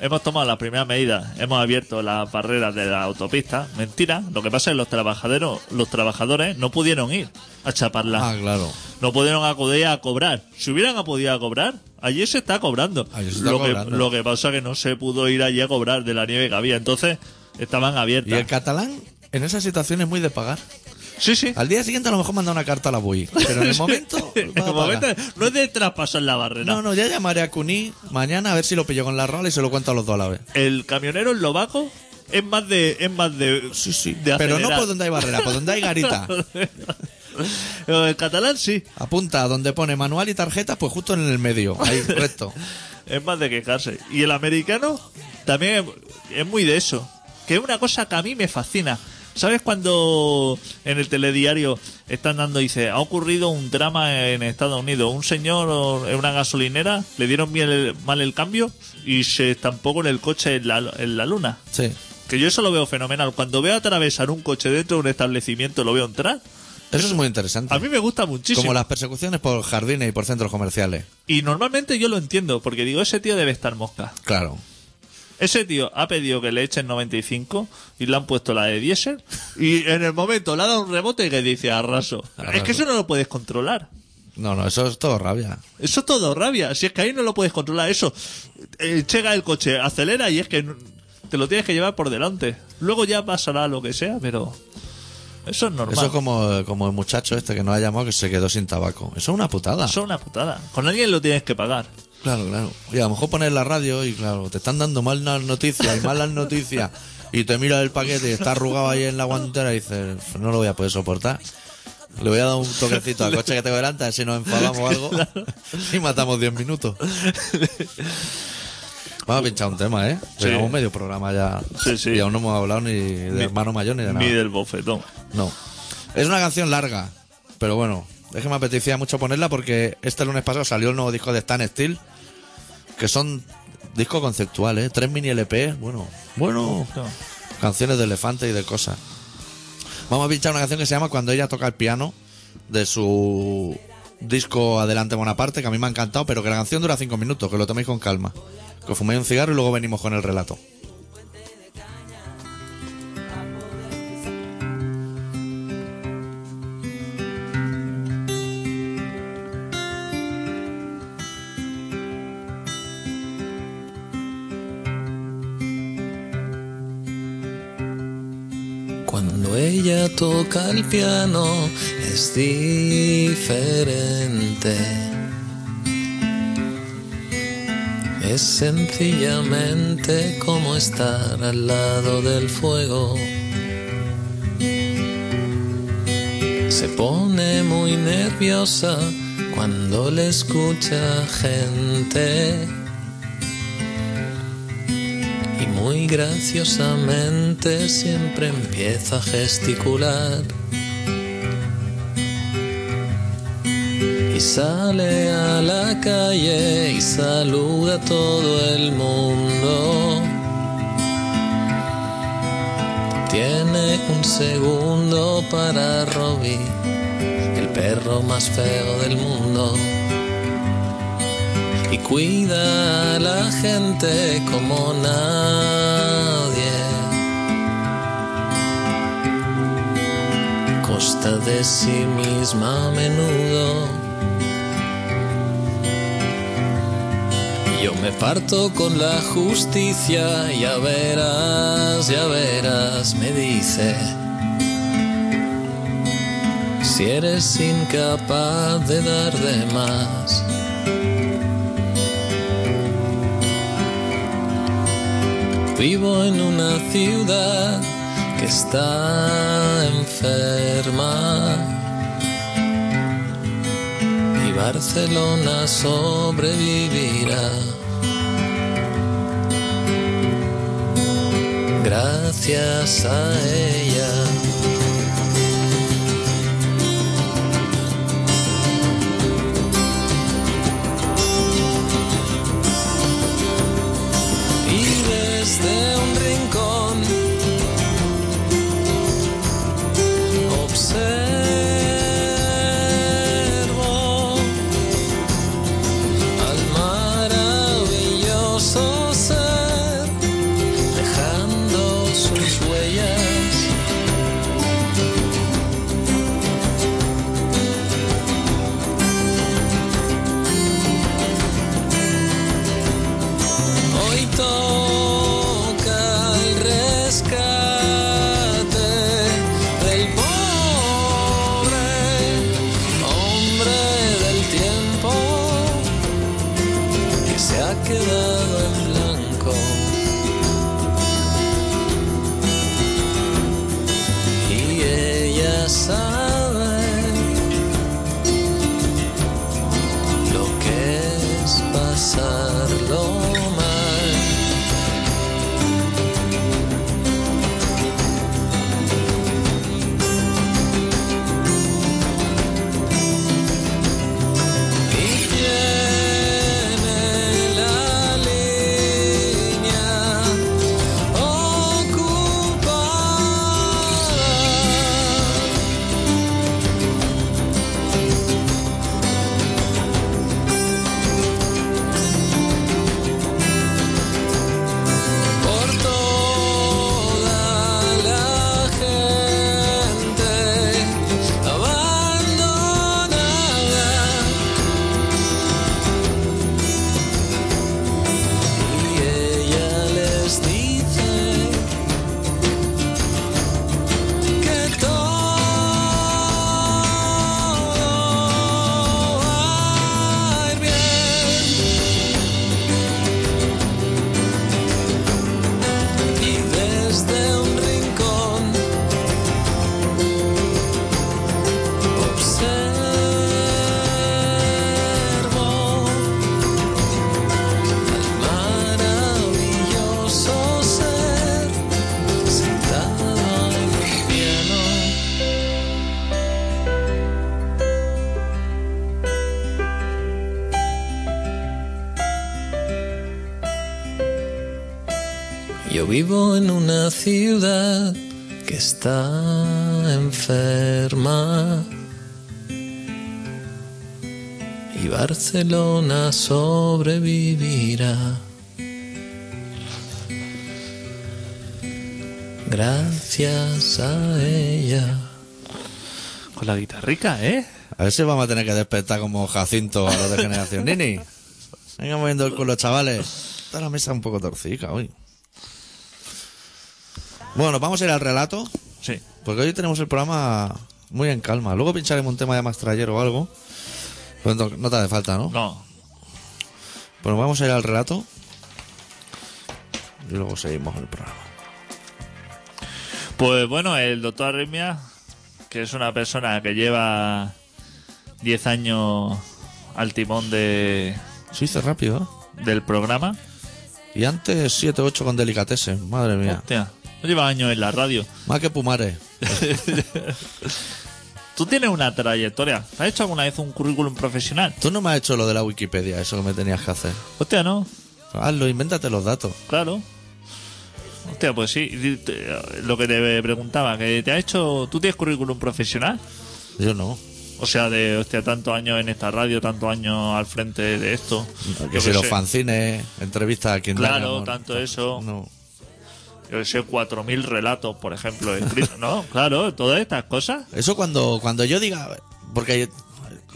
Speaker 4: Hemos tomado las primeras medidas, hemos abierto las barreras de la autopista. Mentira, lo que pasa es que los trabajaderos, los trabajadores no pudieron ir a chaparla.
Speaker 1: Ah, claro.
Speaker 4: No pudieron acudir a cobrar. Si hubieran podido a cobrar, allí se está cobrando.
Speaker 1: Ah, Allí se está
Speaker 4: lo,
Speaker 1: cobrando.
Speaker 4: Que, lo que pasa es que no se pudo ir allí a cobrar de la nieve que había. Entonces estaban
Speaker 1: Y el
Speaker 4: abiertas.
Speaker 1: catalán en esa situación es muy de pagar.
Speaker 4: Sí, sí.
Speaker 1: Al día siguiente a lo mejor manda una carta a la BUI. Pero en el momento. va a
Speaker 4: En el
Speaker 1: pagar.
Speaker 4: momento no es de traspasar la barrera.
Speaker 1: No, no, ya llamaré a Cuní mañana a ver si lo pillo con la rola y se lo cuento a los dos a la vez.
Speaker 4: El camionero eslovaco es más de. Es más de
Speaker 1: Sí, sí.
Speaker 4: de
Speaker 1: Pero no
Speaker 4: acelerar.
Speaker 1: por donde hay barrera, por donde hay garita.
Speaker 4: El catalán sí.
Speaker 1: Apunta donde pone manual y tarjeta, pues justo en el medio, ahí, recto.
Speaker 4: Es más de quejarse. Y el americano también es, es muy de eso. Que es una cosa que a mí me fascina. ¿Sabes cuando en el telediario están dando, dice, ha ocurrido un drama en Estados Unidos? Un señor en una gasolinera le dieron bien el- mal el cambio y se estampó con el coche en la, en la luna.
Speaker 1: Sí.
Speaker 4: Que yo eso lo veo fenomenal. Cuando veo atravesar un coche dentro de un establecimiento, lo veo entrar.
Speaker 1: Eso es muy interesante.
Speaker 4: A mí me gusta muchísimo.
Speaker 1: Como las persecuciones por jardines y por centros comerciales.
Speaker 4: Y normalmente yo lo entiendo, porque digo, ese tío debe estar mosca.
Speaker 1: Claro.
Speaker 4: Ese tío ha pedido que le echen 95 y le han puesto la de diésel. Y en el momento le ha dado un rebote y que dice arraso.
Speaker 1: Arraso.
Speaker 4: Es que eso no lo puedes controlar.
Speaker 1: No, no, eso es todo rabia.
Speaker 4: Eso es todo rabia. Si es que ahí no lo puedes controlar, eso. Eh, llega el coche, acelera y es que. n- Te lo tienes que llevar por delante. Luego ya pasará lo que sea, pero. Eso es normal.
Speaker 1: Eso es como, como el muchacho este que nos ha llamado que se quedó sin tabaco. Eso es una putada.
Speaker 4: Eso es una putada. Con alguien lo tienes que pagar.
Speaker 1: Claro, claro. Y a lo mejor pones la radio y claro, te están dando malas noticias y malas noticias. Y te mira el paquete y está arrugado ahí en la guantera y dices, "Pues no lo voy a poder soportar. Le voy a dar un toquecito al coche que tengo delante, a ver si nos enfadamos o algo. Y matamos 10 minutos. Vamos a pinchar un tema, ¿eh?
Speaker 4: Sí.
Speaker 1: Llevamos medio programa ya.
Speaker 4: Sí, sí.
Speaker 1: Y aún no hemos hablado ni de hermano mayor ni de nada.
Speaker 4: Ni del bofetón.
Speaker 1: No. Es una canción larga, pero bueno, es que me apetecía mucho ponerla porque este lunes pasado salió el nuevo disco de Stan Steel, que son discos conceptuales, ¿eh? tres mini LP, bueno, bueno,
Speaker 4: No.
Speaker 1: canciones de elefante y de cosas. Vamos a pinchar una canción que se llama Cuando ella toca el piano, de su disco Adelante Bonaparte, que a mí me ha encantado, pero que la canción dura cinco minutos, que lo toméis con calma. Que os fuméis un cigarro y luego venimos con el relato.
Speaker 3: Cuando ella toca el piano es diferente. Es sencillamente como estar al lado del fuego. Se pone muy nerviosa cuando le escucha gente y muy graciosamente siempre empieza a gesticular. Y sale a la calle y saluda a todo el mundo. Tiene un segundo para Robbie, el perro más feo del mundo y cuida a la gente como nadie. Costa de sí misma a menudo. Yo me parto con la justicia, ya verás, ya verás, me dice. Si eres incapaz de dar de más, Vivo en una ciudad que está enferma y Barcelona sobrevivirá. Gracias a ella. y desde un rincón observo al maravilloso ser dejando sus huellas Yo vivo en una ciudad que está enferma. Y Barcelona sobrevivirá. Gracias a ella.
Speaker 4: Con la guitarrica, ¿eh?
Speaker 1: A ver si vamos a tener que despertar como Jacinto a los de Generación Nini. Venga moviendo el culo, chavales. Está la mesa un poco torcica hoy. Bueno, vamos a ir al relato,
Speaker 4: Sí.
Speaker 1: porque hoy tenemos el programa muy en calma. Luego pincharemos un tema de más trayero o algo. Pues no, no te hace falta, ¿no?
Speaker 4: No.
Speaker 1: Bueno, vamos a ir al relato. Y luego seguimos el programa.
Speaker 4: Pues bueno, el doctor Arritmia, que es una persona que lleva 10 años al timón de,
Speaker 1: Se hizo rápido, ¿eh?
Speaker 4: del programa.
Speaker 1: Y antes 7-8 con delicatessen, madre mía.
Speaker 4: Hostia, no lleva años en la radio.
Speaker 1: Más que Pumares.
Speaker 4: Tú tienes una trayectoria. ¿Has hecho alguna vez un currículum profesional?
Speaker 1: Tú no me has hecho lo de la Wikipedia, eso que me tenías que hacer.
Speaker 4: Hostia, no.
Speaker 1: Hazlo, invéntate los datos.
Speaker 4: Claro. Hostia, pues sí. Di- te- Lo que te preguntaba, que te ha hecho. ¿Tú tienes currículum profesional?
Speaker 1: Yo no.
Speaker 4: O sea, de, hostia, tantos años en esta radio, tantos años al frente de esto. Yo
Speaker 1: Que
Speaker 4: qué
Speaker 1: si los
Speaker 4: sé.
Speaker 1: fanzines, entrevistas a quien
Speaker 4: Claro,
Speaker 1: daña, no,
Speaker 4: tanto eso.
Speaker 1: No.
Speaker 4: yo sé, 4.000 relatos, por ejemplo, escritos, ¿no? Claro, todas estas cosas.
Speaker 1: Eso cuando, cuando yo diga. Porque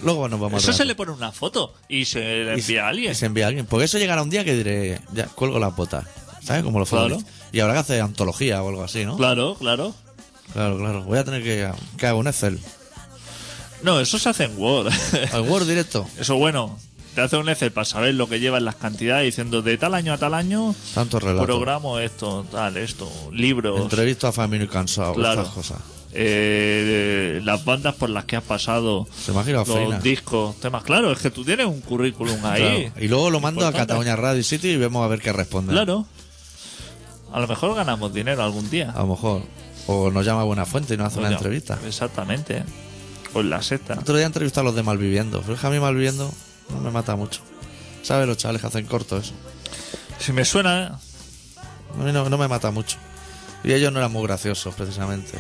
Speaker 1: luego nos vamos
Speaker 4: Eso
Speaker 1: a.
Speaker 4: se le pone una foto y se le
Speaker 1: Y se-
Speaker 4: envía a
Speaker 1: y
Speaker 4: alguien.
Speaker 1: se envía a alguien. Porque eso llegará un día que diré. Ya, cuelgo las botas. ¿Sabes? Como los
Speaker 4: Claro.
Speaker 1: futbolistas. Y habrá que hacer antología o algo así, ¿no?
Speaker 4: Claro, claro.
Speaker 1: Claro, claro. Voy a tener que. que hago un Excel.
Speaker 4: No, eso se hace en Word.
Speaker 1: Al Word directo.
Speaker 4: eso bueno, te hace un Excel para saber lo que llevan las cantidades diciendo de tal año a tal año
Speaker 1: Tantos relatos.
Speaker 4: programo esto, tal, esto, libros,
Speaker 1: Entrevista a Famino y Cansado.
Speaker 4: Claro.
Speaker 1: Estas cosas.
Speaker 4: eh, las bandas por las que has pasado,
Speaker 1: Se imagina
Speaker 4: los
Speaker 1: Ofrina.
Speaker 4: discos, temas. Claro, es que tú tienes un currículum ahí.
Speaker 1: Claro. Y luego lo mando a
Speaker 4: Importante.
Speaker 1: Cataluña Radio City y vemos a ver qué responde.
Speaker 4: Claro. A lo mejor ganamos dinero algún día.
Speaker 1: A lo mejor. O nos llama Buena Fuente y nos hace una
Speaker 4: Oiga,
Speaker 1: entrevista.
Speaker 4: Exactamente. O en la sexta.
Speaker 1: Otro día entrevistar a los de Malviviendo. Pero es que a mí Malviviendo no me mata mucho. ¿Sabes los chavales que hacen corto eso?
Speaker 4: Si me suena, ¿eh?
Speaker 1: A mí no, no me mata mucho. Y ellos no eran muy graciosos, precisamente.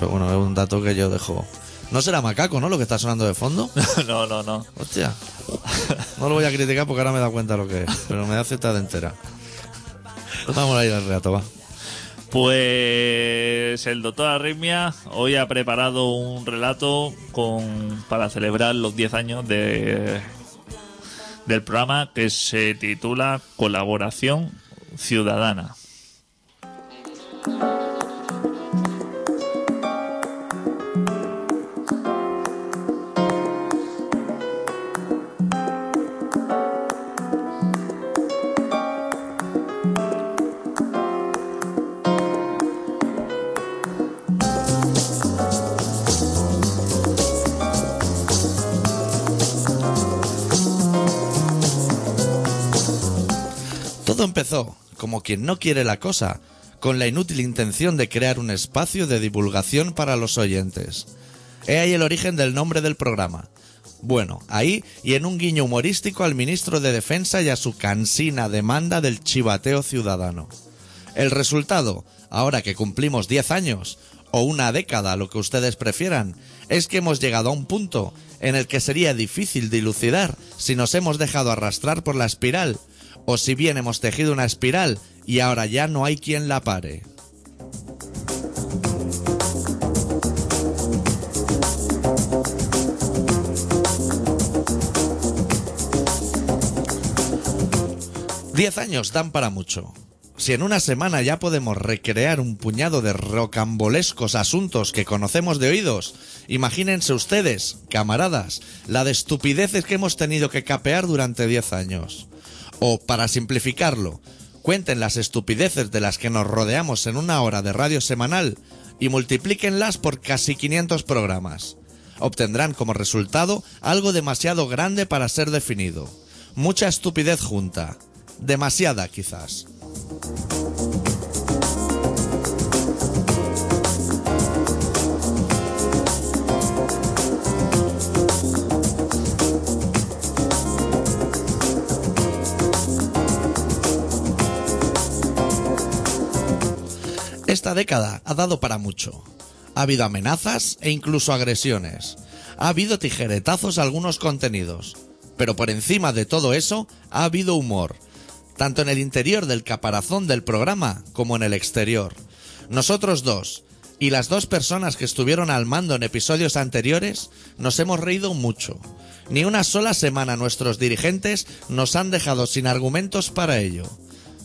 Speaker 1: Pero bueno, es un dato que yo dejo. No será macaco, ¿no? Lo que está sonando de fondo.
Speaker 4: no, no, no.
Speaker 1: Hostia. No lo voy a criticar porque ahora me da cuenta lo que es. Pero me da cierta de entera. Vamos a ir al relato, va.
Speaker 4: Pues el doctor Arritmia hoy ha preparado un relato con para celebrar los 10 años de del programa que se titula Colaboración Ciudadana.
Speaker 1: Todo empezó, como quien no quiere la cosa, con la inútil intención de crear un espacio de divulgación para los oyentes. He ahí el origen del nombre del programa. Bueno, ahí y en un guiño humorístico al ministro de Defensa y a su cansina demanda del chivateo ciudadano. El resultado, ahora que cumplimos 10 años, o una década, lo que ustedes prefieran, es que hemos llegado a un punto en el que sería difícil dilucidar si nos hemos dejado arrastrar por la espiral, o si bien hemos tejido una espiral y ahora ya no hay quien la pare. Diez años dan para mucho. Si en una semana ya podemos recrear un puñado de rocambolescos asuntos que conocemos de oídos, imagínense ustedes, camaradas, la de estupideces que hemos tenido que capear durante diez años. O, para simplificarlo, cuenten las estupideces de las que nos rodeamos en una hora de radio semanal y multiplíquenlas por casi 500 programas. Obtendrán como resultado algo demasiado grande para ser definido. Mucha estupidez junta. Demasiada, quizás. Esta década ha dado para mucho. Ha habido amenazas e incluso agresiones. Ha habido tijeretazos a algunos contenidos. Pero por encima de todo eso, ha habido humor. Tanto en el interior del caparazón del programa como en el exterior. Nosotros dos y las dos personas que estuvieron al mando en episodios anteriores nos hemos reído mucho. Ni una sola semana nuestros dirigentes nos han dejado sin argumentos para ello.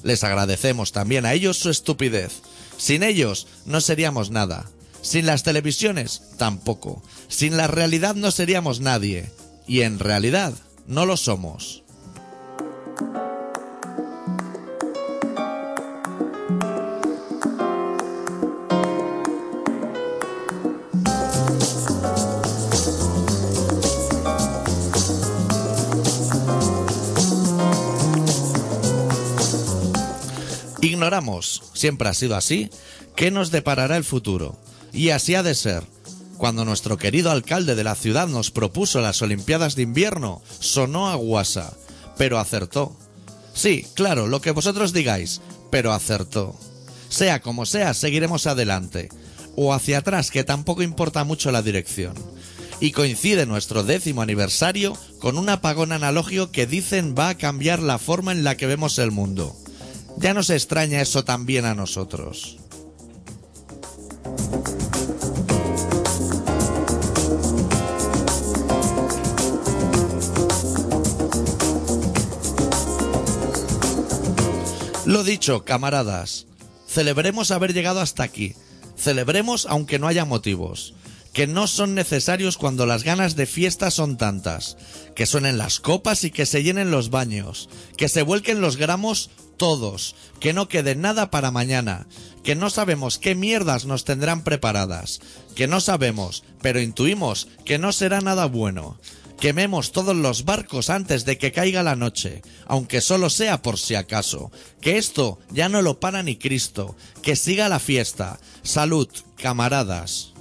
Speaker 1: Les agradecemos también a ellos su estupidez. Sin ellos no seríamos nada. Sin las televisiones tampoco. Sin la realidad no seríamos nadie. Y en realidad no lo somos. Ignoramos, siempre ha sido así, qué nos deparará el futuro. Y así ha de ser. Cuando nuestro querido alcalde de la ciudad nos propuso las Olimpiadas de invierno, sonó a guasa, pero acertó. Sí, claro, lo que vosotros digáis, pero acertó. Sea como sea, seguiremos adelante. O hacia atrás, que tampoco importa mucho la dirección. Y coincide nuestro décimo aniversario con un apagón analógico que dicen va a cambiar la forma en la que vemos el mundo. Ya nos extraña eso también a nosotros. Lo dicho, camaradas, celebremos haber llegado hasta aquí. Celebremos aunque no haya motivos. Que no son necesarios cuando las ganas de fiesta son tantas. Que suenen las copas y que se llenen los baños. Que se vuelquen los gramos todos. Que no quede nada para mañana. Que no sabemos qué mierdas nos tendrán preparadas. Que no sabemos, pero intuimos que no será nada bueno. Quememos todos los barcos antes de que caiga la noche, aunque solo sea por si acaso. Que esto ya no lo para ni Cristo. Que siga la fiesta. Salud, camaradas.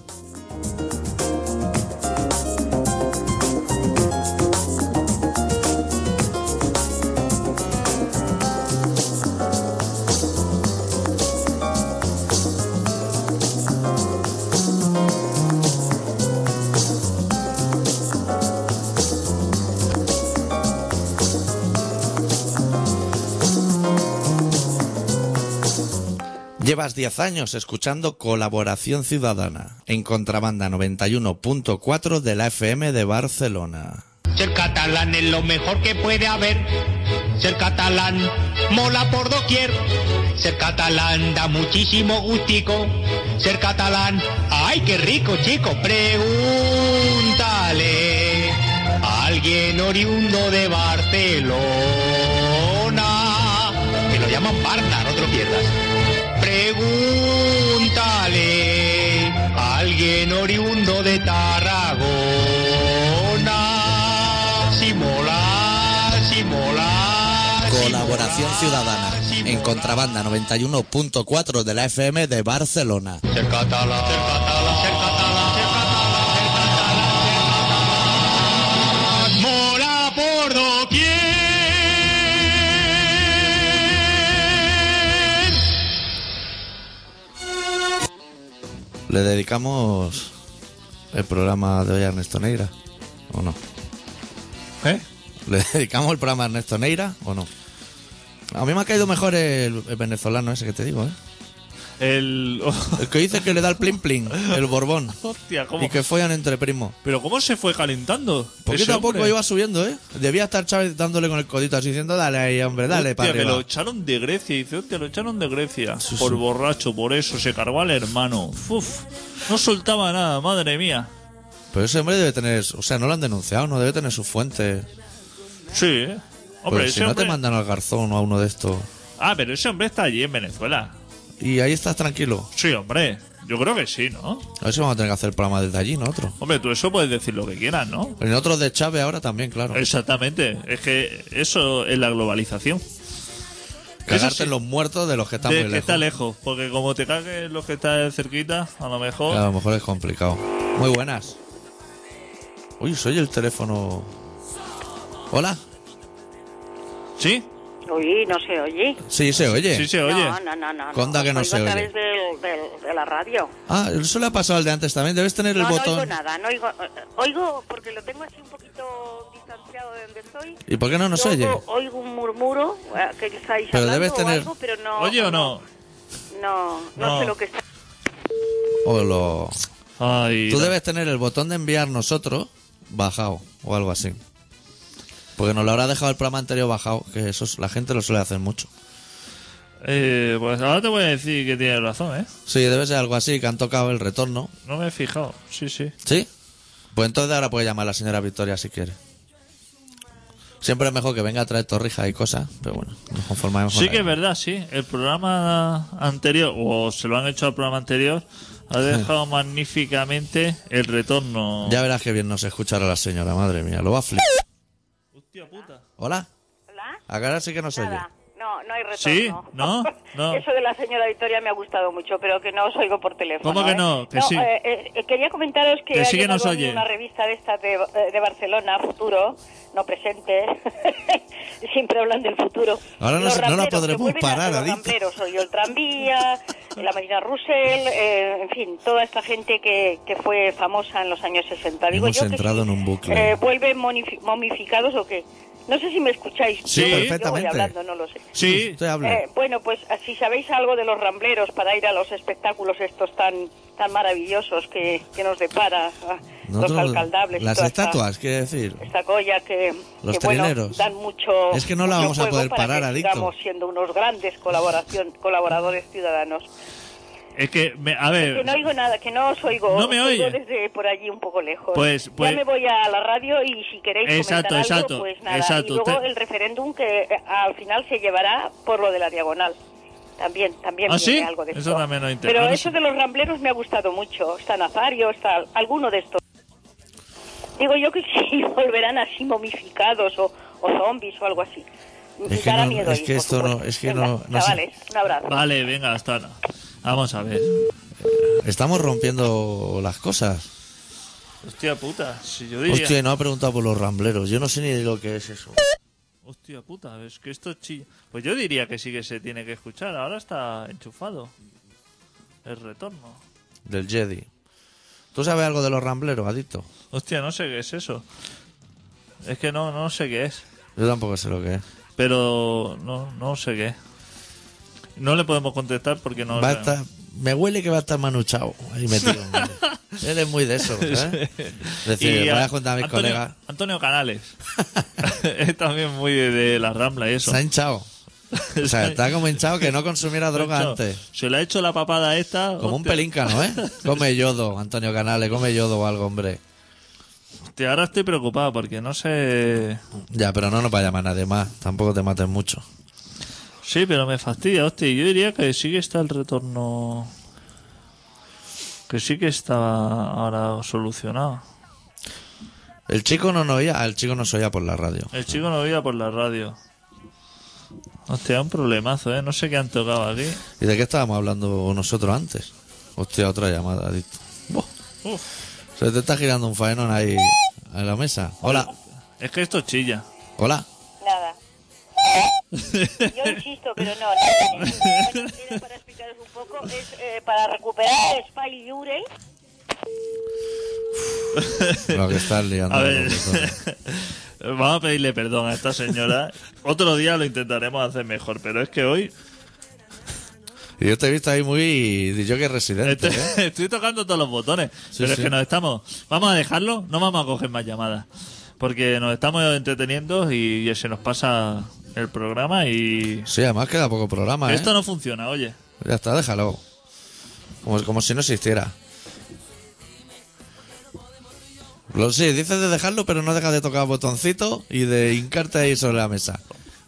Speaker 1: Llevas 10 años escuchando Colaboración Ciudadana en Contrabanda 91.4 de la FM de Barcelona.
Speaker 5: Ser catalán es lo mejor que puede haber. Ser catalán mola por doquier. Ser catalán da muchísimo gustico. Ser catalán, ay, qué rico, chico. Pregúntale a alguien oriundo de Barcelona. Que lo llaman Barta, no te lo pierdas. Pregúntale a alguien oriundo de Tarragona. Si mola, si mola. si
Speaker 1: Colaboración
Speaker 5: mola,
Speaker 1: Ciudadana
Speaker 5: si
Speaker 1: en
Speaker 5: mola.
Speaker 1: Contrabanda 91.4 de la FM de Barcelona.
Speaker 5: Ser catalán, ser catalán, ser catalán, ser catalán, ser catalán, ser catalán. Mola por doquier.
Speaker 1: Le dedicamos el programa de hoy a Ernesto Neira, ¿o no?
Speaker 4: ¿Eh?
Speaker 1: ¿Le dedicamos el programa a Ernesto Neira o no? A mí me ha caído mejor el, el venezolano ese que te digo, ¿eh?
Speaker 4: El.
Speaker 1: El que dice que le da el plin plin, el borbón.
Speaker 4: Hostia, ¿cómo?
Speaker 1: Y que follan entre primos.
Speaker 4: Pero ¿cómo se fue calentando?
Speaker 1: Porque
Speaker 4: ese
Speaker 1: tampoco
Speaker 4: hombre?
Speaker 1: iba subiendo, ¿eh? Debía estar Chávez dándole con el codito así diciendo, dale ahí, hombre, dale
Speaker 4: Hostia,
Speaker 1: para
Speaker 4: que
Speaker 1: arriba.
Speaker 4: lo echaron de Grecia. Dice, hostia, lo echaron de Grecia.
Speaker 1: Sí,
Speaker 4: por
Speaker 1: sí.
Speaker 4: borracho, por eso. Se cargó al hermano. Uf, no soltaba nada, madre mía.
Speaker 1: Pero ese hombre debe tener, o sea, no lo han denunciado, no debe tener su fuente.
Speaker 4: Sí, ¿eh? Hombre,
Speaker 1: Porque
Speaker 4: ese
Speaker 1: Pues si no
Speaker 4: hombre...
Speaker 1: te mandan al garzón o a uno de estos.
Speaker 4: Ah, pero ese hombre está allí en Venezuela.
Speaker 1: Y ahí estás tranquilo.
Speaker 4: Sí, hombre. Yo creo que sí, ¿no?
Speaker 1: A ver si vamos a tener que hacer el programa desde allí, ¿no? Otro.
Speaker 4: Hombre, tú eso puedes decir lo que quieras, ¿no?
Speaker 1: En otros de Chávez ahora también, claro.
Speaker 4: Exactamente. Es que eso es la globalización.
Speaker 1: Cagarte
Speaker 4: eso sí.
Speaker 1: en los muertos de los que están
Speaker 4: De
Speaker 1: muy
Speaker 4: que
Speaker 1: lejos.
Speaker 4: está lejos. Porque como te cagues los que están cerquita, a lo mejor...
Speaker 1: a lo mejor es complicado. Muy buenas. Uy, soy el teléfono. Hola.
Speaker 4: ¿Sí?
Speaker 6: Uy, no se oye.
Speaker 1: Sí, se oye.
Speaker 4: Sí se oye.
Speaker 6: No, no, no, no.
Speaker 1: Conda que no
Speaker 6: Oigo
Speaker 1: se oye.
Speaker 6: a través del, del- de la radio.
Speaker 1: Ah, eso le ha pasado al de antes también. Debes tener el
Speaker 6: no, no
Speaker 1: botón.
Speaker 6: oigo nada, no oigo. Oigo porque lo tengo así un poquito distanciado de donde estoy.
Speaker 1: ¿Y por qué no nos
Speaker 6: Yo
Speaker 1: oye?
Speaker 6: Oigo, oigo un murmuro eh, que estáis
Speaker 1: Pero
Speaker 6: hablando
Speaker 1: debes
Speaker 6: o
Speaker 1: tener-
Speaker 6: algo, pero no...
Speaker 4: ¿Oye o no?
Speaker 6: No, no,
Speaker 4: No.
Speaker 6: sé lo que está...
Speaker 1: O lo-
Speaker 4: Ay,
Speaker 1: Tú
Speaker 4: la-
Speaker 1: debes tener el botón de enviar nosotros bajado o algo así. Porque nos lo habrá dejado el programa anterior bajado, que eso es- la gente lo suele hacer mucho.
Speaker 4: eh, pues ahora te voy a decir que tienes razón, ¿eh?
Speaker 1: Sí, debe ser algo así, que han tocado el retorno.
Speaker 4: No me he fijado. Sí, sí.
Speaker 1: ¿Sí? Pues entonces ahora puede llamar a la señora Victoria si quiere. Siempre es mejor que venga a traer torrijas y cosas, pero bueno, nos conformaremos con
Speaker 4: Sí
Speaker 1: la
Speaker 4: que es
Speaker 1: idea.
Speaker 4: verdad, sí. El programa anterior, o se lo han hecho al programa anterior, ha dejado magníficamente el retorno.
Speaker 1: Ya verás que bien nos escuchará la señora, madre mía, lo va a flipar.
Speaker 4: Hostia puta.
Speaker 1: Hola,
Speaker 6: ¿Hola?
Speaker 1: ahora sí que nos oye.
Speaker 6: Nada. No, no hay retorno.
Speaker 4: Sí, no, no.
Speaker 6: Eso de la señora Victoria me ha gustado mucho, pero que no os oigo por teléfono.
Speaker 4: ¿Cómo que
Speaker 6: ¿eh?
Speaker 4: no? Que sí.
Speaker 6: eh, eh, eh, quería comentaros que,
Speaker 4: Que
Speaker 6: ha
Speaker 4: sí que
Speaker 6: llegado
Speaker 4: nos
Speaker 6: a mí
Speaker 4: oye.
Speaker 6: una revista de estas de, eh, de Barcelona, Futuro, no presente. Siempre hablan del futuro.
Speaker 1: Ahora no
Speaker 6: Los
Speaker 1: sé- no la
Speaker 6: raperos,
Speaker 1: podremos
Speaker 6: que vuelven a
Speaker 1: parar,
Speaker 6: hacer
Speaker 1: Adita.
Speaker 6: Los raperos, oye, el tranvía, la Marina Russell, eh, en fin, toda esta gente que, que fue famosa en los años 60. Digo
Speaker 1: Hemos
Speaker 6: yo que
Speaker 1: entrado
Speaker 6: sí,
Speaker 1: en un bucle.
Speaker 6: eh, ¿Vuelven monifi- momificados o qué? No sé si me escucháis.
Speaker 4: Sí,
Speaker 6: Yo voy
Speaker 1: perfectamente.
Speaker 6: hablando, no lo sé.
Speaker 4: Sí.
Speaker 1: Usted habla.
Speaker 6: Eh, bueno, pues ah, si sabéis algo de los rambleros para ir a los espectáculos estos tan tan maravillosos que, que nos depara ah, los
Speaker 1: Nosotros-
Speaker 6: alcaldables, y
Speaker 1: Las
Speaker 6: toda
Speaker 1: estatuas, quiere decir.
Speaker 6: esta, esta colla que,
Speaker 1: Los
Speaker 6: que, bueno,
Speaker 1: trileros.
Speaker 6: dan mucho
Speaker 1: Es que no la
Speaker 6: mucho
Speaker 1: vamos a
Speaker 6: juego
Speaker 1: poder
Speaker 6: para
Speaker 1: parar,
Speaker 6: que
Speaker 1: adicto.
Speaker 6: sigamos siendo unos grandes colaboración colaboradores ciudadanos.
Speaker 4: Es que, me- a
Speaker 6: Que
Speaker 4: ver,
Speaker 6: no oigo nada, que no os oigo.
Speaker 4: No me
Speaker 6: os oigo
Speaker 4: oye.
Speaker 6: desde por allí un poco lejos.
Speaker 4: Pues- pues-
Speaker 6: ya me voy a la radio y si queréis
Speaker 4: Exacto,
Speaker 6: comentar algo,
Speaker 4: exacto,
Speaker 6: pues nada.
Speaker 4: exacto.
Speaker 6: y luego
Speaker 4: Te-
Speaker 6: el referéndum que eh, al final se llevará por lo de la diagonal. También, también
Speaker 4: ¿Ah,
Speaker 6: viene
Speaker 4: sí?
Speaker 6: algo de
Speaker 4: Eso
Speaker 6: esto.
Speaker 4: también lo inter- ah,
Speaker 6: Pero
Speaker 4: ahora
Speaker 6: eso
Speaker 4: sí.
Speaker 6: de los rambleros me ha gustado mucho. Está Nazario, está alguno de estos. Digo yo que si volverán así momificados o, o zombies o algo así.
Speaker 1: Es que
Speaker 6: Dará
Speaker 1: no-
Speaker 6: miedo
Speaker 1: es
Speaker 6: ir,
Speaker 1: que
Speaker 6: por
Speaker 1: esto no-
Speaker 6: supuesto.
Speaker 1: es que
Speaker 6: Venga,
Speaker 1: no- no sé.
Speaker 6: chavales, un abrazo.
Speaker 4: vale, venga, hasta ahora. Vamos a ver.
Speaker 1: Estamos rompiendo las cosas.
Speaker 4: Hostia puta, si yo diría.
Speaker 1: Hostia, no ha preguntado por los rambleros. Yo no sé ni de lo que es eso.
Speaker 4: Hostia puta, es que esto chilla. Pues yo diría que sí que se tiene que escuchar. Ahora está enchufado. El retorno.
Speaker 1: Del Jedi. ¿Tú sabes algo de los rambleros, Adicto?
Speaker 4: Hostia, no sé qué es eso. Es que no, no sé qué es.
Speaker 1: Yo tampoco sé lo que es.
Speaker 4: Pero no, no sé qué. No le podemos contestar porque no.
Speaker 1: Va a
Speaker 4: sé.
Speaker 1: estar- me huele que va a estar manuchado ahí metido. Él es muy de eso, ¿eh? Es decir,
Speaker 4: Y
Speaker 1: voy
Speaker 4: a-
Speaker 1: a juntar a mis
Speaker 4: Antonio-
Speaker 1: colegas.
Speaker 4: Antonio Canales. es también muy de, de la Rambla y eso.
Speaker 1: Se ha hinchado. O sea, está como hinchado que no consumiera droga
Speaker 4: Se ha hecho-
Speaker 1: antes.
Speaker 4: Se le ha hecho la papada esta.
Speaker 1: Como un
Speaker 4: hostia.
Speaker 1: pelíncano, ¿eh? Come yodo, Antonio Canales, come yodo o algo, hombre.
Speaker 4: Hostia, ahora estoy preocupado porque no sé.
Speaker 1: Ya, pero no nos va a llamar nadie más. Tampoco te mates mucho.
Speaker 4: Sí, pero me fastidia, hostia. Yo diría que sí que está el retorno. Que sí que está ahora solucionado.
Speaker 1: El chico no nos oía. ah, el chico nos oía por la radio.
Speaker 4: El chico no oía por la radio. Hostia, un problemazo, ¿eh? No sé qué han tocado aquí.
Speaker 1: ¿Y de qué estábamos hablando nosotros antes? Hostia, otra llamada, adicto. Buah.
Speaker 4: Uf,
Speaker 1: Se te está girando un faenón ahí en la mesa. Hola,
Speaker 4: es que esto chilla.
Speaker 1: hola.
Speaker 6: Nada. Yo insisto, pero no. no, no, no. Era para explicaros un poco, es eh, para recuperar el Spy Yurei.
Speaker 1: Lo que estás liando.
Speaker 4: A ver,
Speaker 1: profesor.
Speaker 4: vamos a pedirle perdón a esta señora. Otro día lo intentaremos hacer mejor, pero es que hoy
Speaker 1: Y yo te he visto ahí muy. Yo que residente.
Speaker 4: estoy,
Speaker 1: ¿eh?
Speaker 4: estoy tocando todos los botones.
Speaker 1: Sí,
Speaker 4: pero
Speaker 1: sí.
Speaker 4: es que nos estamos. Vamos a dejarlo, no vamos a coger más llamadas. Porque nos estamos entreteniendo y se nos pasa el programa y.
Speaker 1: Sí, además queda poco programa, ¿eh?
Speaker 4: Esto no funciona, oye.
Speaker 1: Ya está, déjalo. Como, como si no existiera. Lo sé, dices de dejarlo, pero no dejas de tocar botoncito y de hincarte ahí sobre la mesa.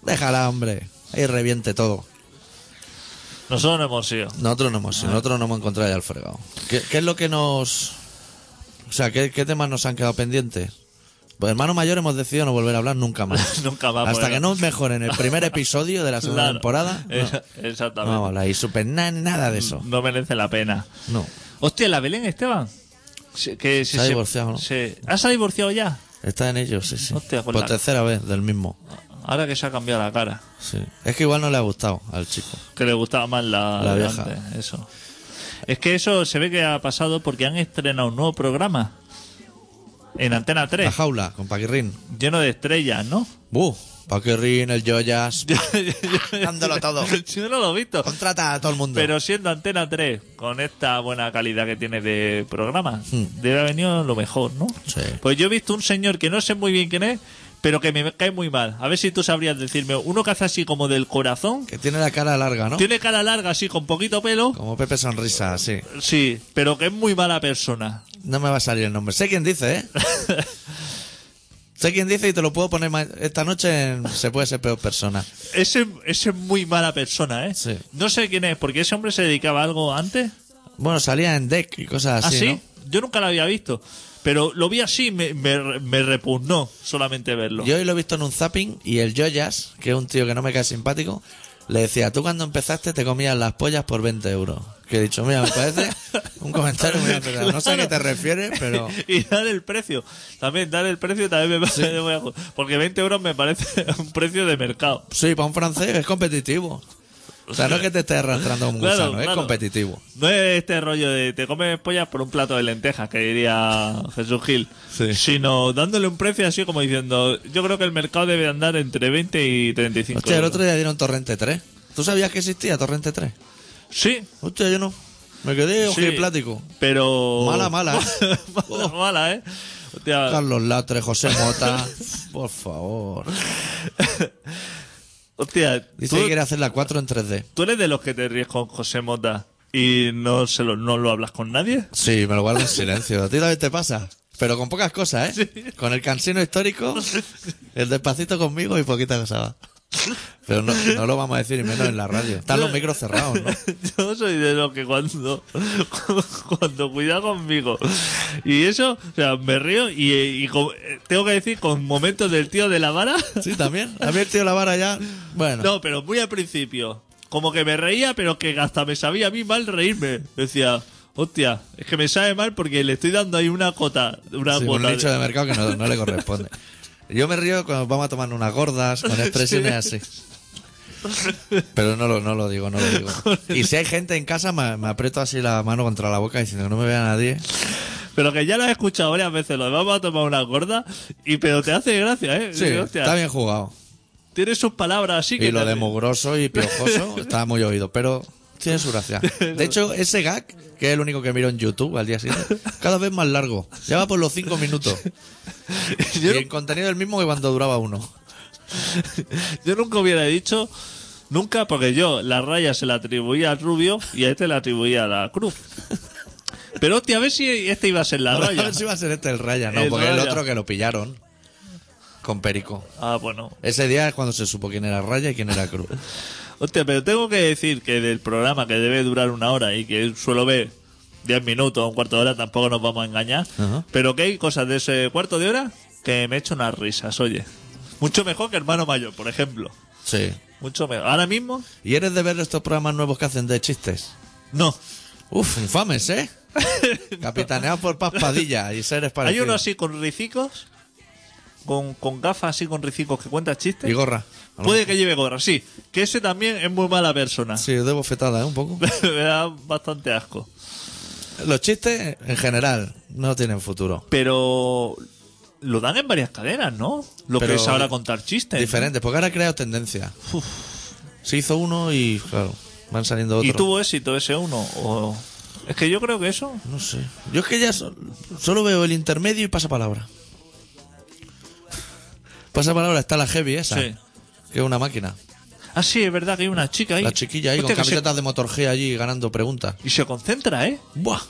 Speaker 1: Déjala, hombre. Ahí reviente todo.
Speaker 4: Nosotros no hemos sido.
Speaker 1: Nosotros no hemos
Speaker 4: Ah.
Speaker 1: sido, nosotros no hemos encontrado ya el fregado. ¿Qué, qué es lo que nos. O sea, ¿qué, qué temas nos han quedado pendientes? Pues hermano mayor hemos decidido no volver a hablar nunca más.
Speaker 4: Nunca más,
Speaker 1: Hasta
Speaker 4: porque-
Speaker 1: que no mejoren el primer episodio de la segunda
Speaker 4: Claro.
Speaker 1: temporada. No, Ah,
Speaker 4: Esa-
Speaker 1: no
Speaker 4: Exactamente.
Speaker 1: vamos a hablar. Y super na- nada de eso.
Speaker 4: No merece la pena.
Speaker 1: No.
Speaker 4: Hostia, la Belén Esteban. Se, que
Speaker 1: Se ha divorciado, ¿no?
Speaker 4: se- ¿Ah, se ha divorciado ya?
Speaker 1: Está en ellos, sí, sí.
Speaker 4: Hostia, con
Speaker 1: Por
Speaker 4: la-
Speaker 1: tercera vez del mismo.
Speaker 4: Ahora que se ha cambiado la cara.
Speaker 1: Sí. Es que igual no le ha gustado al chico.
Speaker 4: Que le gustaba más la,
Speaker 1: La
Speaker 4: de
Speaker 1: vieja.
Speaker 4: antes, Eso. Es que eso se ve que ha pasado porque han estrenado un nuevo programa. En Antena
Speaker 1: La
Speaker 4: 3.
Speaker 1: jaula con Paquirrin.
Speaker 4: Lleno de estrellas, ¿no?
Speaker 1: ¡Buh! Paquirrin, el Joyas. Dándolo todo.
Speaker 4: Yo no lo he visto.
Speaker 1: Contrata a todo el mundo.
Speaker 4: Pero siendo Antena 3, con esta buena calidad que tiene de programa, debe haber venido lo mejor, ¿no?
Speaker 1: Hmm. Sí.
Speaker 4: Pues yo he visto un señor que no sé muy bien quién es, pero que me cae muy mal. A ver si tú sabrías decirme. Uno que hace así como del corazón,
Speaker 1: Que tiene la cara larga, ¿no?
Speaker 4: tiene cara larga así con poquito pelo.
Speaker 1: Como Pepe Sonrisa, sí.
Speaker 4: Sí, pero que es muy mala persona.
Speaker 1: No me va a salir el nombre. Sé quién dice, ¿eh? sé quién dice y te lo puedo poner ma- esta noche en Se puede ser peor persona.
Speaker 4: Ese, ese es muy mala persona, ¿eh?
Speaker 1: Sí.
Speaker 4: No sé quién es, porque ese hombre se dedicaba a algo antes.
Speaker 1: Bueno, salía en deck y cosas
Speaker 4: ¿Ah,
Speaker 1: así.
Speaker 4: sí?
Speaker 1: ¿no?
Speaker 4: Yo nunca lo había visto. Pero lo vi así y me, me, me repugnó solamente verlo.
Speaker 1: Yo hoy lo he visto en un zapping y el Joyas, que es un tío que no me cae simpático, le decía, tú cuando empezaste te comías las pollas por 20 euros. Que he dicho, mira, me parece un comentario muy acertado. No sé a qué te refieres, pero...
Speaker 4: Y dar el precio. También, dar el precio también me parece. muy ajo- Porque 20 euros me parece un precio de mercado.
Speaker 1: Sí, para un francés es competitivo. O sea, no es que te estés arrastrando como un
Speaker 4: Claro,
Speaker 1: gusano, es
Speaker 4: claro.
Speaker 1: competitivo.
Speaker 4: No es este rollo de te comes pollas por un plato de lentejas, que diría Jesús Gil.
Speaker 1: Sí.
Speaker 4: Sino dándole un precio así como diciendo: Yo creo que el mercado debe andar entre 20 y 35
Speaker 1: Hostia, el
Speaker 4: euros.
Speaker 1: otro día dieron Torrente 3. ¿Tú sabías que existía Torrente 3?
Speaker 4: Sí.
Speaker 1: Hostia, yo no. Me quedé
Speaker 4: sí,
Speaker 1: ojiplático.
Speaker 4: Pero.
Speaker 1: Mala, mala, ¿eh?
Speaker 4: mala, mala, ¿eh? Hostia,
Speaker 1: Carlos Latre, José Mota. Por favor.
Speaker 4: hostia,
Speaker 1: Dice que
Speaker 4: tú,
Speaker 1: quiere hacer la 4 en 3D.
Speaker 4: tú eres de los que te ríes con José Mota y no, se lo, no lo hablas con nadie.
Speaker 1: Sí, me lo guardo en silencio. A ti también te pasa. Pero con pocas cosas, ¿eh? Con el cansino histórico, el despacito conmigo y poquita cosa más. Pero no, no lo vamos a decir, y menos en la radio. Están los micros cerrados, ¿no?
Speaker 4: Yo soy de los que cuando, cuando cuida conmigo. Y eso, o sea, me río y, y con- tengo que decir con momentos del tío de la vara.
Speaker 1: Sí, también. A mí el tío la vara ya. Bueno.
Speaker 4: No, pero muy al principio. Como que me reía, pero que hasta me sabía a mí mal reírme. Decía, hostia, es que me sabe mal porque le estoy dando ahí una cota. Una
Speaker 1: Sí, un
Speaker 4: cuota de-
Speaker 1: nicho de mercado que no, no le corresponde. Yo me río cuando vamos a tomar unas gordas, con expresiones así. Pero no lo, no lo digo, no lo digo. Y si hay gente en casa, me, me aprieto así la mano contra la boca diciendo que no me vea nadie.
Speaker 4: Pero que ya lo has escuchado varias veces, lo de vamos a tomar una gorda, y pero te hace gracia, ¿eh?
Speaker 1: Sí,
Speaker 4: Digo, hostia,
Speaker 1: está bien jugado.
Speaker 4: Tiene sus palabras así que...
Speaker 1: Y lo
Speaker 4: te-
Speaker 1: de mugroso y piojoso está muy oído, pero tiene su gracia. De hecho, ese gag, que es el único que miro en YouTube al día siguiente, cada vez más largo. Ya va por los cinco minutos. Y
Speaker 4: Yo no-
Speaker 1: el contenido es el mismo que cuando duraba uno.
Speaker 4: Yo nunca hubiera dicho, nunca, porque yo la raya se la atribuía al rubio y a este la atribuía a la cruz. Pero hostia, a ver si este iba a ser la
Speaker 1: Ahora, a
Speaker 4: raya.
Speaker 1: ver si va a ser este el Raya, no,
Speaker 4: El
Speaker 1: porque el
Speaker 4: Raya.
Speaker 1: otro que lo pillaron con Perico.
Speaker 4: Ah, bueno.
Speaker 1: Ese día es cuando se supo quién era Raya y quién era Cruz.
Speaker 4: Hostia, pero tengo que decir que del programa que debe durar una hora y que suelo ver 10 minutos, un cuarto de hora, tampoco nos vamos a engañar.
Speaker 1: Ajá.
Speaker 4: Pero que hay cosas de ese cuarto de hora que me echo unas risas, oye. Mucho mejor que Hermano Mayor, por ejemplo.
Speaker 1: Sí.
Speaker 4: Mucho mejor. Ahora mismo,
Speaker 1: ¿Y eres de ver estos programas nuevos que hacen de chistes?
Speaker 4: no.
Speaker 1: Uf, infames, ¿eh? Capitaneados por Paz Padilla y seres
Speaker 4: Hay
Speaker 1: parecidos.
Speaker 4: uno así con ricicos, con, con gafas así con ricicos que cuenta chistes.
Speaker 1: Y gorra. A lo
Speaker 4: Puede que lleve gorra, sí. Que ese también es muy mala persona.
Speaker 1: Sí, de bofetada, ¿eh? Un poco.
Speaker 4: Me da bastante asco.
Speaker 1: Los chistes, en general, no tienen futuro.
Speaker 4: Pero lo dan en varias cadenas, ¿no? Lo
Speaker 1: Pero
Speaker 4: que es ahora contar chistes. ¿no?
Speaker 1: Diferentes, porque ahora ha creado tendencia. Se hizo uno y, claro, van saliendo otros.
Speaker 4: ¿Y tuvo éxito ese uno? O... Es que yo creo que eso.
Speaker 1: No sé. Yo es que ya so- solo veo el intermedio y pasa palabra. Pasa palabra está la heavy esa.
Speaker 4: Sí.
Speaker 1: Que es una máquina.
Speaker 4: Ah, sí, es verdad que hay una chica ahí.
Speaker 1: La chiquilla ahí
Speaker 4: Hostia,
Speaker 1: con
Speaker 4: que se-
Speaker 1: camisetas de motor G allí ganando preguntas.
Speaker 4: Y se concentra, ¿eh?
Speaker 1: ¡Buah!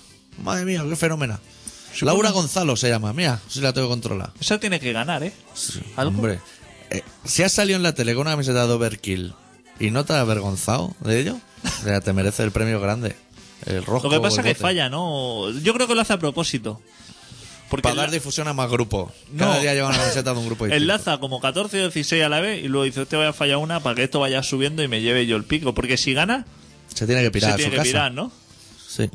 Speaker 1: Madre mía, qué fenómena.
Speaker 4: Sí,
Speaker 1: Laura
Speaker 4: bueno.
Speaker 1: Gonzalo se llama. Mira, si la tengo que controlar.
Speaker 4: Esa tiene que ganar, ¿eh? ¿Algo?
Speaker 1: Hombre. eh, si has salido en la tele con una camiseta de overkill y no te has avergonzado de ello, o sea, te merece el premio grande. El rojo.
Speaker 4: Lo que pasa
Speaker 1: el
Speaker 4: es que
Speaker 1: bote.
Speaker 4: falla, ¿no? Yo creo que lo hace a propósito. Porque
Speaker 1: Para dar
Speaker 4: la-
Speaker 1: difusión a más grupos. Cada
Speaker 4: No.
Speaker 1: día lleva una camiseta de un grupo distinto.
Speaker 4: Enlaza como 14 o 16 a la vez y luego dice, usted vaya a fallar una para que esto vaya subiendo y me lleve yo el pico. Porque si gana,
Speaker 1: Se tiene que pirar
Speaker 4: se
Speaker 1: a su
Speaker 4: tiene que
Speaker 1: casa.
Speaker 4: pirar, ¿no?
Speaker 1: Sí.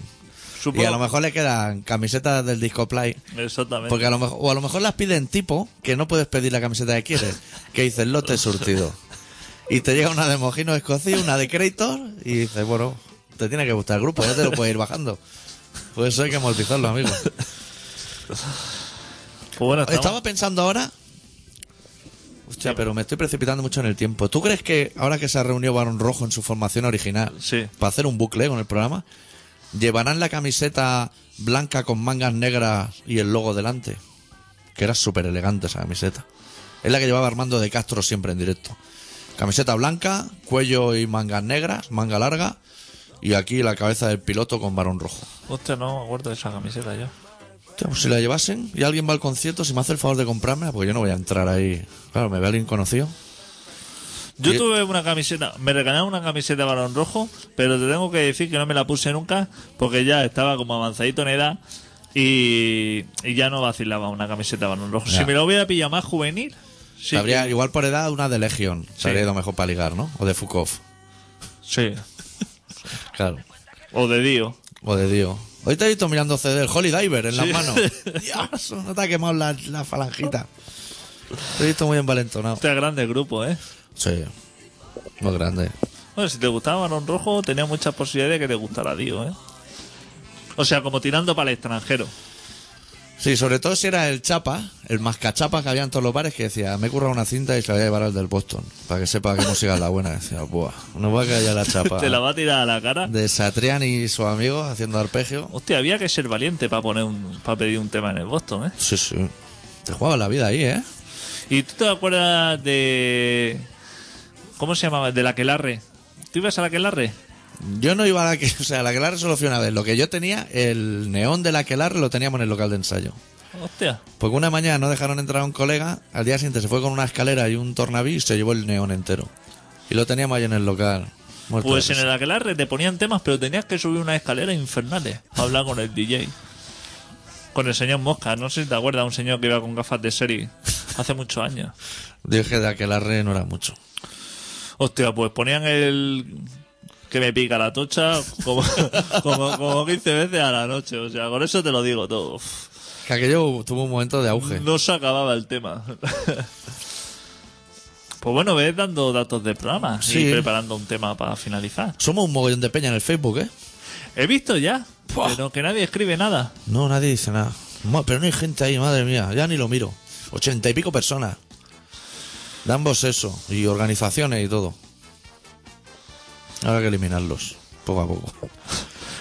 Speaker 4: Supongo-
Speaker 1: Y a lo mejor le quedan camisetas del disco play.
Speaker 4: Exactamente.
Speaker 1: Porque a lo mejor, o a lo mejor las piden tipo que no puedes pedir la camiseta que quieres, que dices lote surtido. Y te llega una de Mojino Escocía, una de Creator, y dices, bueno, te tiene que gustar el grupo, ya te lo puedes ir bajando. Pues eso hay que amortizarlo, amigo.
Speaker 4: Pues bueno, estamos-
Speaker 1: Estaba pensando ahora. Hostia, pero me estoy precipitando mucho en el tiempo. ¿Tú crees que ahora que se ha reunido Barón Rojo en su formación original,
Speaker 4: Sí.
Speaker 1: para hacer un bucle con el programa, llevarán la camiseta blanca con mangas negras y el logo delante? Que era súper elegante esa camiseta. Es la que llevaba Armando de Castro siempre en directo. Camiseta blanca, cuello y mangas negras, manga larga, y aquí la cabeza del piloto con Barón Rojo.
Speaker 4: Hostia, no me acuerdo de esa camiseta yo.
Speaker 1: Hostia, pues si la llevasen y alguien va al concierto, si me hace el favor de comprármela, porque yo no voy a entrar ahí. Claro, me ve alguien conocido.
Speaker 4: Yo
Speaker 1: Y-
Speaker 4: tuve una camiseta, me regalaron una camiseta de balón rojo, pero te tengo que decir que no me la puse nunca porque ya estaba como avanzadito en edad y, y ya no vacilaba una camiseta de balón rojo.
Speaker 1: Ya.
Speaker 4: Si me la hubiera pillado más juvenil, sí.
Speaker 1: Habría,
Speaker 4: que-
Speaker 1: Igual por edad, una de Legion.
Speaker 4: Sí.
Speaker 1: Se habría ido mejor para ligar, ¿no? O de Foucault.
Speaker 4: sí.
Speaker 1: Claro.
Speaker 4: O de Dio.
Speaker 1: O de Dio. Hoy te he visto mirando CD, el Holy Diver en las manos. Dios, no te ha quemado la, la falangita. Te he visto muy envalentonado.
Speaker 4: Este grande grupo, ¿eh?
Speaker 1: Sí. Muy grande.
Speaker 4: Bueno, si te gustaba balón rojo, tenía muchas posibilidades de que te gustara Dio, ¿eh? O sea, como tirando para el extranjero.
Speaker 1: Sí, sobre todo si era el chapa, el mascachapa que había en todos los bares que decía, me he currado una cinta y se la voy a llevar al del Boston, para que sepa que música es la buena. Decía, buah, no voy a caer ya la chapa.
Speaker 4: Te la va a tirar a la cara.
Speaker 1: De Satrián y sus amigos haciendo arpegio.
Speaker 4: Hostia, había que ser valiente para poner un, para pedir un tema en el Boston, ¿eh?
Speaker 1: Sí, sí. Te jugaba la vida ahí, ¿eh?
Speaker 4: ¿Y tú te acuerdas de. ¿Cómo se llamaba? De la Quelarre. ¿Tú ibas a la Quelarre?
Speaker 1: Yo no iba a la que, o sea, la Aquelarre solo fui una vez. Lo que yo tenía, el neón de la Aquelarre lo teníamos en el local de ensayo.
Speaker 4: Hostia.
Speaker 1: Porque una mañana no dejaron entrar a un colega, al día siguiente se fue con una escalera y un tornaví y se llevó el neón entero. Y lo teníamos ahí en el local. muerto de
Speaker 4: Pues en
Speaker 1: risa.
Speaker 4: el Aquelarre te ponían temas, pero tenías que subir unas escaleras infernales para hablar con el DJ. Con el señor Mosca, no sé si te acuerdas, un señor que iba con gafas de serie hace muchos años.
Speaker 1: Dije de Aquelarre no era mucho.
Speaker 4: Hostia, pues ponían el. que me pica la tocha como, como, como 15 veces a la noche. O sea, con eso te lo digo todo. Uf.
Speaker 1: Que aquello tuvo un momento de auge.
Speaker 4: No se acababa el tema. Pues bueno, ves dando datos de programa
Speaker 1: Sí.
Speaker 4: y preparando un tema para finalizar.
Speaker 1: Somos un mogollón de peña en el Facebook, ¿eh?
Speaker 4: He visto ya, pero que nadie escribe nada.
Speaker 1: No, nadie dice nada. Ma- Pero no hay gente ahí, madre mía. Ya ni lo miro. Ochenta y pico personas. De ambos eso. Y organizaciones y todo. Habrá que eliminarlos. Poco a poco.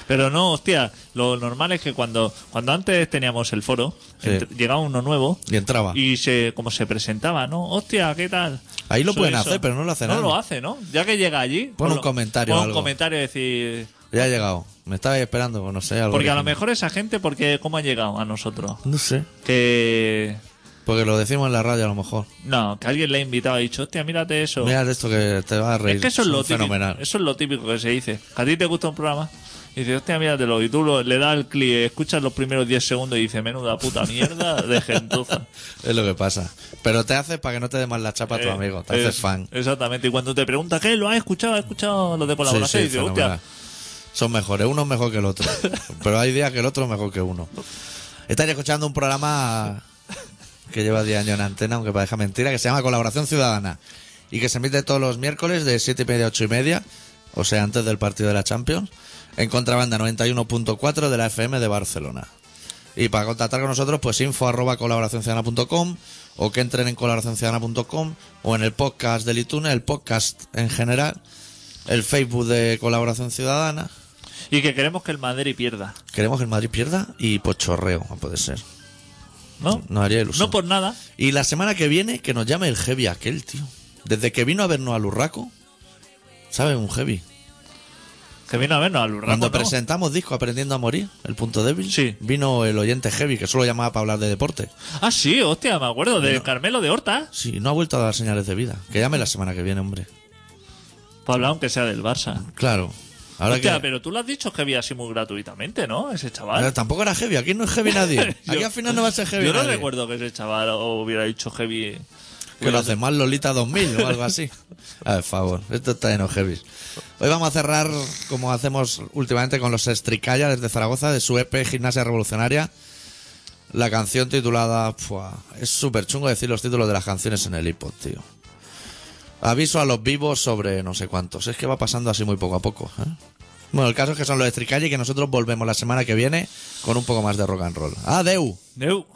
Speaker 4: Pero no, hostia, lo normal es que cuando, cuando antes teníamos el foro,
Speaker 1: Sí.
Speaker 4: ent- llegaba uno nuevo
Speaker 1: Y entraba.
Speaker 4: y se como se presentaba, ¿no? Hostia, ¿qué tal?
Speaker 1: Ahí lo
Speaker 4: Soy
Speaker 1: pueden
Speaker 4: eso.
Speaker 1: hacer, pero no lo hace
Speaker 4: No
Speaker 1: nadie.
Speaker 4: lo hace, ¿no? Ya que llega allí,
Speaker 1: Pon un
Speaker 4: ponlo-
Speaker 1: comentario o
Speaker 4: Pon un
Speaker 1: algo.
Speaker 4: comentario y decir,
Speaker 1: Ya ha llegado. Me estabais esperando, no sé. Algo
Speaker 4: porque a
Speaker 1: original.
Speaker 4: lo mejor esa gente porque cómo ha llegado a nosotros.
Speaker 1: No sé.
Speaker 4: Que
Speaker 1: Porque lo decimos en la radio a lo mejor.
Speaker 4: No, que alguien le ha invitado y ha dicho, hostia, mírate eso.
Speaker 1: Mira esto que te va a reír.
Speaker 4: es que eso es
Speaker 1: Son
Speaker 4: lo típico.
Speaker 1: Fenomenal.
Speaker 4: Eso es lo típico que se dice. Que a ti te gusta un programa y dices, hostia, míratelo. Y tú lo- le das el clic, escuchas los primeros 10 segundos y dices, menuda puta mierda de gentuza.
Speaker 1: Es lo que pasa. Pero te haces para que no te dé más la chapa a tu
Speaker 4: Eh,
Speaker 1: amigo. Te
Speaker 4: es-
Speaker 1: haces fan.
Speaker 4: Exactamente. Y cuando te pregunta, ¿qué? ¿Lo has escuchado? ¿Has escuchado los de colaboración? y dices,
Speaker 1: fenomenal.
Speaker 4: hostia,
Speaker 1: Son mejores, uno es mejor que el otro. Pero hay días que el otro es mejor que uno. Estáis escuchando un programa que lleva 10 años en antena, aunque parezca mentira, que se llama Colaboración Ciudadana. Y que se emite todos los miércoles de 7 y media a 8 y media, o sea, antes del partido de la Champions, en contrabanda 91.4 de la FM de Barcelona. Y para contactar con nosotros, pues info arroba colaboracionciudadana.com o que entren en colaboracionciudadana.com o en el podcast del iTunes, el podcast en general, el Facebook de Colaboración Ciudadana.
Speaker 4: y que queremos que el Madrid pierda.
Speaker 1: Queremos que el Madrid pierda y pues chorreo, a poder ser.
Speaker 4: ¿No?
Speaker 1: No haría ilusión.
Speaker 4: No por nada.
Speaker 1: Y la semana que viene que nos llame el heavy aquel, tío. Desde que vino a vernos al Urraco, ¿sabes? Un heavy.
Speaker 4: Que vino a vernos al Urraco,
Speaker 1: Cuando
Speaker 4: ¿no?
Speaker 1: presentamos disco Aprendiendo a Morir, el punto débil,
Speaker 4: Sí.
Speaker 1: vino el oyente heavy que solo llamaba para hablar de deporte.
Speaker 4: Ah, sí, hostia, me acuerdo. De Carmelo de Horta.
Speaker 1: Sí, no ha vuelto a dar señales de vida. Que llame la semana que viene, hombre.
Speaker 4: Para hablar Pues aunque sea del Barça.
Speaker 1: Claro. Ahora
Speaker 4: Hostia,
Speaker 1: que...
Speaker 4: pero tú lo has dicho que vi así muy gratuitamente, ¿no? Ese
Speaker 1: Pero
Speaker 4: chaval.
Speaker 1: tampoco era heavy, aquí no es heavy nadie. Aquí
Speaker 4: Yo-
Speaker 1: al final no va a ser heavy
Speaker 4: Yo no
Speaker 1: nadie.
Speaker 4: recuerdo que ese chaval hubiera dicho heavy.
Speaker 1: Que lo hace mal Lolita 2000 o algo así. A ver, favor, esto está en heavy. Hoy vamos a cerrar, como hacemos últimamente, con los Estricalla desde Zaragoza, de su EP Gimnasia Revolucionaria. La canción titulada... Fua, es súper chungo decir los títulos de las canciones en el iPod, tío. Aviso a los vivos sobre no sé cuántos. Es que va pasando así muy poco a poco. ¿eh? Bueno, el caso es que son los Estricalla y que nosotros volvemos la semana que viene con un poco más de rock and roll. ¡Adeu!
Speaker 4: Neu.